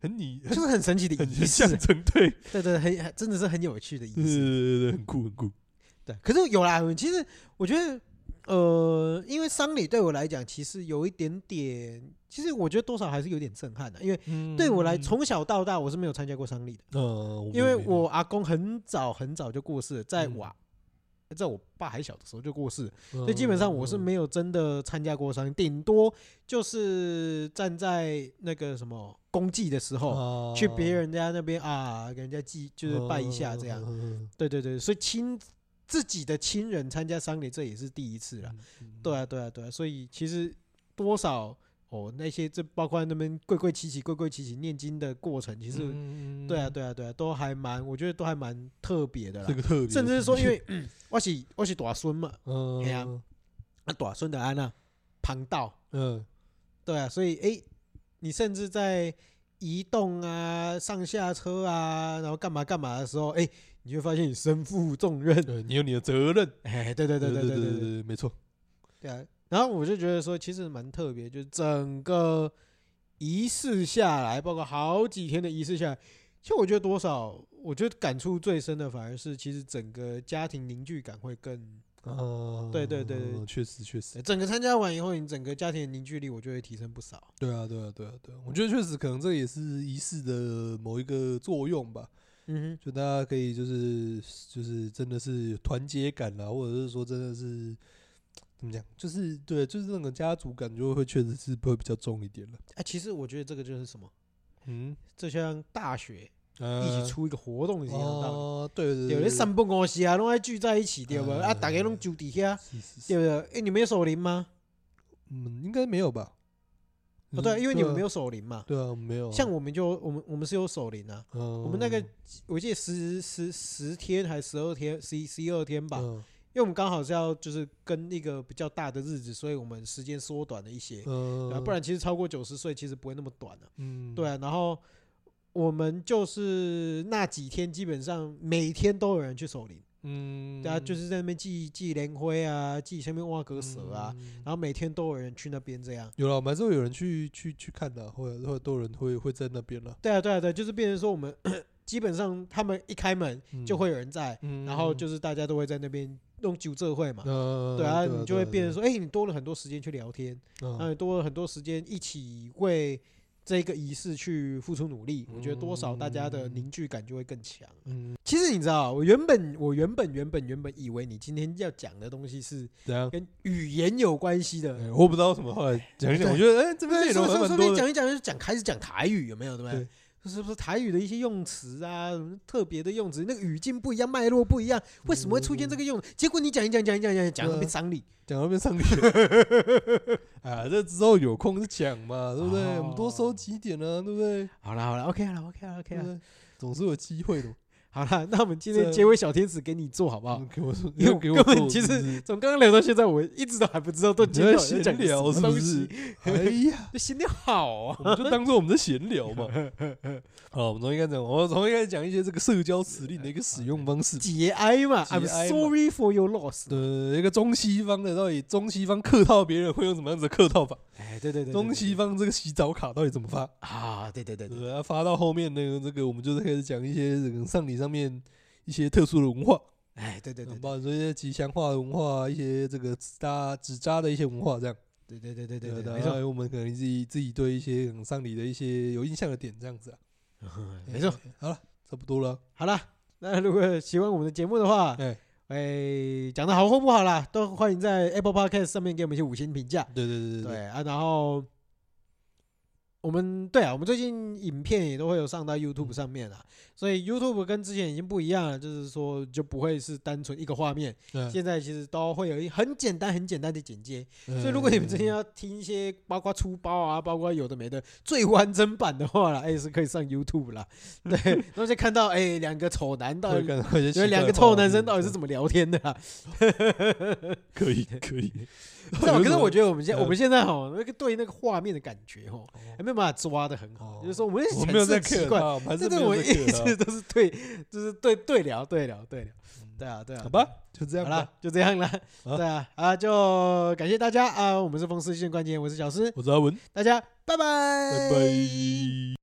Speaker 2: 很你
Speaker 1: 就是很神奇的
Speaker 2: 很
Speaker 1: 仪
Speaker 2: 很
Speaker 1: 式啊
Speaker 2: 象，征，对，
Speaker 1: 对对，很真的是很有趣的仪
Speaker 2: 对对
Speaker 1: 式。
Speaker 2: 对对，很酷很酷，
Speaker 1: 对，可是有啦，其实我觉得，呃，因为丧礼对我来讲，其实有一点点，其实我觉得多少还是有点震撼的，因为
Speaker 2: 嗯
Speaker 1: 对我来，从小到大我是没有参加过丧礼的，
Speaker 2: 呃，
Speaker 1: 因为
Speaker 2: 没有
Speaker 1: 我阿公很早很早就过世了，在
Speaker 2: 嗯
Speaker 1: 我啊。在我爸还小的时候就过世了，所以基本上我是没有真的参加过丧礼，顶多就是站在那个什么公祭的时候，
Speaker 2: 哦哦
Speaker 1: 去别人家那边啊，给人家祭就是
Speaker 2: 嗯
Speaker 1: 拜一下这样。对对对，所以亲自己的亲人参加丧礼，这也是第一次啦。
Speaker 2: 嗯
Speaker 1: 对啊，对啊，对啊，所以其实多少哦，那些这包括那边跪跪祈祈、跪跪祈祈念经的过程，其
Speaker 2: 其
Speaker 1: 实
Speaker 2: 嗯
Speaker 1: 对啊，对啊，对啊，都还蛮，我觉得都还蛮特别的
Speaker 2: 这
Speaker 1: 啦。
Speaker 2: 个特别，
Speaker 1: 甚至是说，因为 嗯我是我是大孙嘛，
Speaker 2: 嗯
Speaker 1: 哎呀啊大孙的安娜旁道，
Speaker 2: 嗯
Speaker 1: 对啊，所以诶，你甚至在移动啊、上下车啊，然后干嘛干嘛的时候，诶，你就会发现你身负重任。
Speaker 2: 对你有你的责任，
Speaker 1: 哎，对对对对
Speaker 2: 对
Speaker 1: 对对对
Speaker 2: 对对，没错。
Speaker 1: 对啊！然后我就觉得说，其实蛮特别，就是整个仪式下来，包括好几天的仪式下来，其实我觉得多少，我觉得感触最深的反而是，其实整个家庭凝聚感会更，
Speaker 2: 啊，
Speaker 1: 对对对对
Speaker 2: 确实确实，
Speaker 1: 整个参加完以后，你整个家庭的凝聚力，我就会提升不少。
Speaker 2: 对啊对啊对啊对啊，我觉得确实可能这也是仪式的某一个作用吧，
Speaker 1: 嗯
Speaker 2: 就大家可以就是就是真的是有团结感啊，或者是说真的是怎么讲，就是对，就是那种家族感就会确实是会比较重一点了，
Speaker 1: 哼，哎，其实我觉得这个就是什么，
Speaker 2: 嗯，
Speaker 1: 这像大学
Speaker 2: 一
Speaker 1: 一起出一个活动是一样的道理。
Speaker 2: 呃嗯哦，对对对嗯
Speaker 1: 对，你
Speaker 2: 对
Speaker 1: 三不五时啊，拢爱聚在一起，对不？啊，大家拢住底下，
Speaker 2: 是是是
Speaker 1: 对不对？哎，你们有守灵吗？
Speaker 2: 嗯，应该没有吧？
Speaker 1: 哦，对啊，因为你们没
Speaker 2: 有，
Speaker 1: 有守灵嘛。
Speaker 2: 嗯对啊，我嗯们没有啊，
Speaker 1: 像我们就我们我们是有守灵啊，
Speaker 2: 我
Speaker 1: 我们那个我记得十十十天还是十二天，十一十一二天吧，
Speaker 2: 嗯
Speaker 1: 因为我们刚好是要就是跟一个比较大的日子，所以我们时间缩短了一些，对啊
Speaker 2: 嗯，
Speaker 1: 不然其实超过九十岁其实不会那么短了、
Speaker 2: 嗯，
Speaker 1: 对啊，然后我们就是那几天基本上每天都有人去守灵，
Speaker 2: 嗯，
Speaker 1: 大家啊就是在那边祭祭莲灰啊，祭下面挖格蛇啊，
Speaker 2: 嗯
Speaker 1: 然后每天都有人去那边这样。
Speaker 2: 有了，我们还是会有人去去去看的，或者或者多人会会在那边了，
Speaker 1: 对啊，对啊，对啊，就是变成说我们 基本上他们一开门
Speaker 2: 嗯
Speaker 1: 就会有人在，
Speaker 2: 嗯
Speaker 1: 然后就是大家都会在那边弄酒社会嘛。
Speaker 2: 呃，
Speaker 1: 对啊，你就会变成
Speaker 2: 说，
Speaker 1: 说，哎，你多了很多时间去聊天，
Speaker 2: 嗯
Speaker 1: 那你多了很多时间一起为这个仪式去付出努力。我觉得多少大家的凝聚感就会更强。
Speaker 2: 嗯，
Speaker 1: 其实你知道，我原本我原本原本原本以为你今天要讲的东西是
Speaker 2: 怎样？
Speaker 1: 跟语言有关系的，
Speaker 2: 啊哎我不知道为什么，后来讲一讲，我觉得哎，这边内
Speaker 1: 说
Speaker 2: 容还
Speaker 1: 说
Speaker 2: 蛮
Speaker 1: 说
Speaker 2: 多
Speaker 1: 你
Speaker 2: 的，
Speaker 1: 讲一讲，就讲开始讲台语，有没有？对不对
Speaker 2: 对？
Speaker 1: 就是不是台语的一些用词啊，什么特别的用词，那个语境不一样，脉络不一样，为什么会出现这个用？结果你讲一讲，讲一讲，讲一讲，
Speaker 2: 对啊
Speaker 1: 讲变丧礼，
Speaker 2: 讲到变上个 啊，这之后有空就讲嘛，对不对？我们多收集一点啊，对不对？
Speaker 1: 好啦好啦 o k 了，OK 哦了，OK 啊
Speaker 2: 对不
Speaker 1: 了，
Speaker 2: 对？总是有机会的嘛。
Speaker 1: 好啦，那我们今天
Speaker 2: 这
Speaker 1: 结尾小天使给你做好不好
Speaker 2: 嗯，？给我说，
Speaker 1: 啊 因为
Speaker 2: 给
Speaker 1: 我
Speaker 2: 我
Speaker 1: 根本
Speaker 2: 做
Speaker 1: 其
Speaker 2: 是不
Speaker 1: 实
Speaker 2: 是
Speaker 1: 从刚刚聊到现在，我一直都还不知道都
Speaker 2: 你
Speaker 1: 今
Speaker 2: 在
Speaker 1: 天
Speaker 2: 闲
Speaker 1: 讲的
Speaker 2: 聊
Speaker 1: 什
Speaker 2: 是
Speaker 1: 么东
Speaker 2: 不是
Speaker 1: 西，？
Speaker 2: 哎呀，
Speaker 1: 这闲聊好啊，
Speaker 2: 我们就当做我们在闲聊 嘛。好，我们从一开始讲，我们从一开始讲一些这个社交辞令的一个使用方 式。
Speaker 1: 节哀嘛
Speaker 2: 节哀
Speaker 1: ，I'm
Speaker 2: 嘛
Speaker 1: sorry for your loss。
Speaker 2: 对，一个中西方的到底中西方客套别人会用什么样子的客套法？
Speaker 1: 哎，对对对，对
Speaker 2: 中西方这个洗澡卡到底怎么发？
Speaker 1: 啊，对对对对，
Speaker 2: 对，啊，发到后面那个这个，我们就是开始讲一些这个丧礼上面一些特殊的文化，
Speaker 1: 哎，对对对对
Speaker 2: 包括说一些吉祥话的文化啊，一些这个纸扎纸扎的一些文化，这样。
Speaker 1: 对对对对对
Speaker 2: 啊
Speaker 1: 对，
Speaker 2: 当
Speaker 1: 没错
Speaker 2: 然，我们可能自己自己对一些可能丧礼的一些有印象的点这样子啊。
Speaker 1: 没错
Speaker 2: 哎。，好了，差不多了。
Speaker 1: 好啦，那如果喜欢我们的节目的话，
Speaker 2: 哎，
Speaker 1: 哎，讲的好或不好啦，都欢迎在 Apple Podcast 上面给我们一些五星评价。
Speaker 2: 对对对
Speaker 1: 对啊，然后我们对啊，我们最近影片也都会有上到 YouTube 上面啦，所以 YouTube 跟之前已经不一样了，就是说就不会是单纯一个画面，
Speaker 2: 对，
Speaker 1: 现在其实都会有一很简单、很简单的简介。
Speaker 2: 所
Speaker 1: 所以如果你们
Speaker 2: 嗯
Speaker 1: 真的要听一些包括粗包啊，包括有的没的最完整版的话啦，哎、是可以上 YouTube 啦。对，然后就看到哎两、个丑男到
Speaker 2: 会
Speaker 1: 底，
Speaker 2: 看到一
Speaker 1: 就
Speaker 2: 些
Speaker 1: 两个臭男生到底是
Speaker 2: 么
Speaker 1: 怎么聊天 的啦。。
Speaker 2: 哦可以可以
Speaker 1: 对啊，可是我觉得我们现在
Speaker 2: 呃
Speaker 1: 我们现在哦，那个对那个画面的感觉哦，还没有办法抓的很好。
Speaker 2: 哦
Speaker 1: 就是说我们
Speaker 2: 我没有在
Speaker 1: 很奇
Speaker 2: care
Speaker 1: 怪
Speaker 2: 他，，我们还
Speaker 1: 这
Speaker 2: 是
Speaker 1: 对
Speaker 2: 没有
Speaker 1: 我
Speaker 2: 在啊
Speaker 1: 们
Speaker 2: care
Speaker 1: 一
Speaker 2: 他
Speaker 1: 直都是对，就是对对聊对聊对聊。对啊对啊，
Speaker 2: 好吧，就这样
Speaker 1: 好
Speaker 2: 吧
Speaker 1: 啦。，就这样啦。
Speaker 2: 好
Speaker 1: 对啊啊，就感谢大家啊，我们是风湿线关节炎，我是小诗，
Speaker 2: 我是阿文，
Speaker 1: 大家拜拜，
Speaker 2: 拜拜。